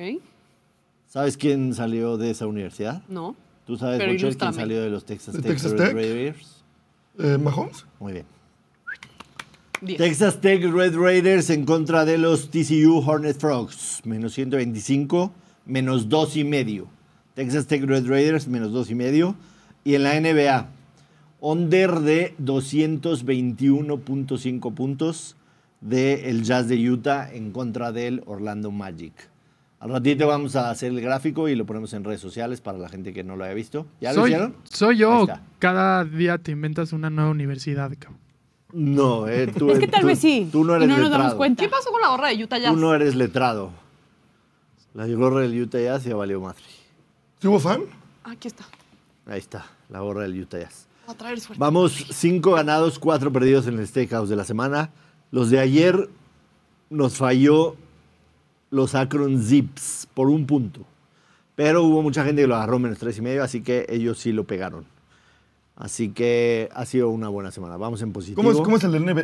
A: ¿Sabes quién salió de esa universidad?
D: No.
A: ¿Tú sabes,
D: Pero
A: Bocher, quién
D: ilústrame.
A: salió de los Texas
C: ¿De
A: Tech
C: Texas
A: Red
C: Tech?
A: Raiders?
C: Eh, ¿Mahomes?
A: Muy bien.
D: Diez.
A: Texas Tech Red Raiders en contra de los TCU Hornet Frogs. Menos 125, menos 2 y medio. Texas Tech Red Raiders, menos 2 y medio. Y en la NBA, under de 221.5 puntos del el Jazz de Utah en contra del Orlando Magic. Al ratito vamos a hacer el gráfico y lo ponemos en redes sociales para la gente que no lo haya visto. ¿Ya lo
E: soy,
A: hicieron?
E: soy
A: Ahí
E: yo.
A: está.
E: Cada día te inventas una nueva universidad, cabrón.
A: No, eh, tú
B: Es que tal
A: tú-
B: vez sí.
A: Tú no eres
B: y no nos damos
A: letrado.
B: cuenta.
D: ¿Qué pasó con la gorra de Utah Jazz?
A: Tú no eres letrado. La gorra del Utah Jazz ya valió madre.
C: ¿Sí hubo fan?
D: Aquí está.
A: Ahí está. la gorra del Utah Jazz.
D: Va a traer suerte.
A: Vamos, cinco ganados, cuatro perdidos en el Steakhouse de la semana. Los de ayer nos falló los Akron Zips por un punto. Pero hubo mucha gente que lo agarró menos tres y medio, así que ellos sí lo pegaron. Así que ha sido una buena semana. Vamos en positivo.
C: ¿Cómo es, ¿Cómo es el, de NB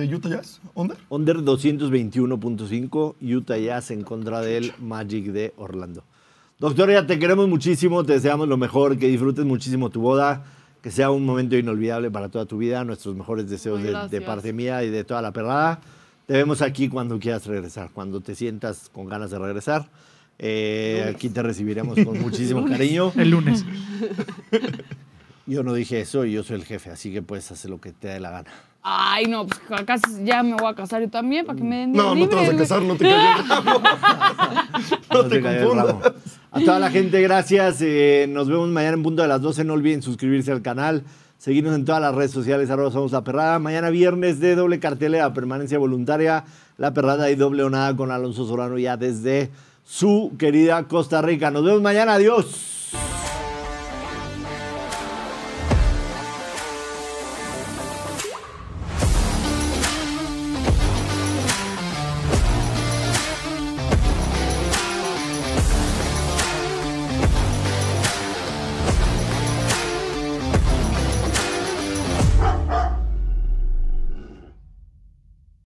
C: el de Utah Jazz? ¿Onda?
A: Under 221.5, Utah Jazz en contra del Magic de Orlando. Doctor, ya te queremos muchísimo, te deseamos lo mejor, que disfrutes muchísimo tu boda, que sea un momento inolvidable para toda tu vida, nuestros mejores deseos
D: Ay,
A: de, de
D: gracias.
A: parte mía y de toda la perrada. Te vemos aquí cuando quieras regresar, cuando te sientas con ganas de regresar. Eh, aquí te recibiremos con muchísimo cariño.
E: El lunes.
A: Yo no dije eso y yo soy el jefe, así que puedes hacer lo que te dé la gana.
B: Ay, no, pues casi ya me voy a casar yo también para que me den días
C: No, no te vas a
B: libres,
C: casar, no
B: [LAUGHS]
C: te caigas. No te
A: caigas,
C: confundas.
A: Ramo. A toda la gente, gracias. Eh, nos vemos mañana en punto de las 12. No olviden suscribirse al canal, seguirnos en todas las redes sociales. Arroba somos la perrada. Mañana viernes de doble cartelera, permanencia voluntaria. La perrada y doble o nada con Alonso Sorano ya desde su querida Costa Rica. Nos vemos mañana. Adiós.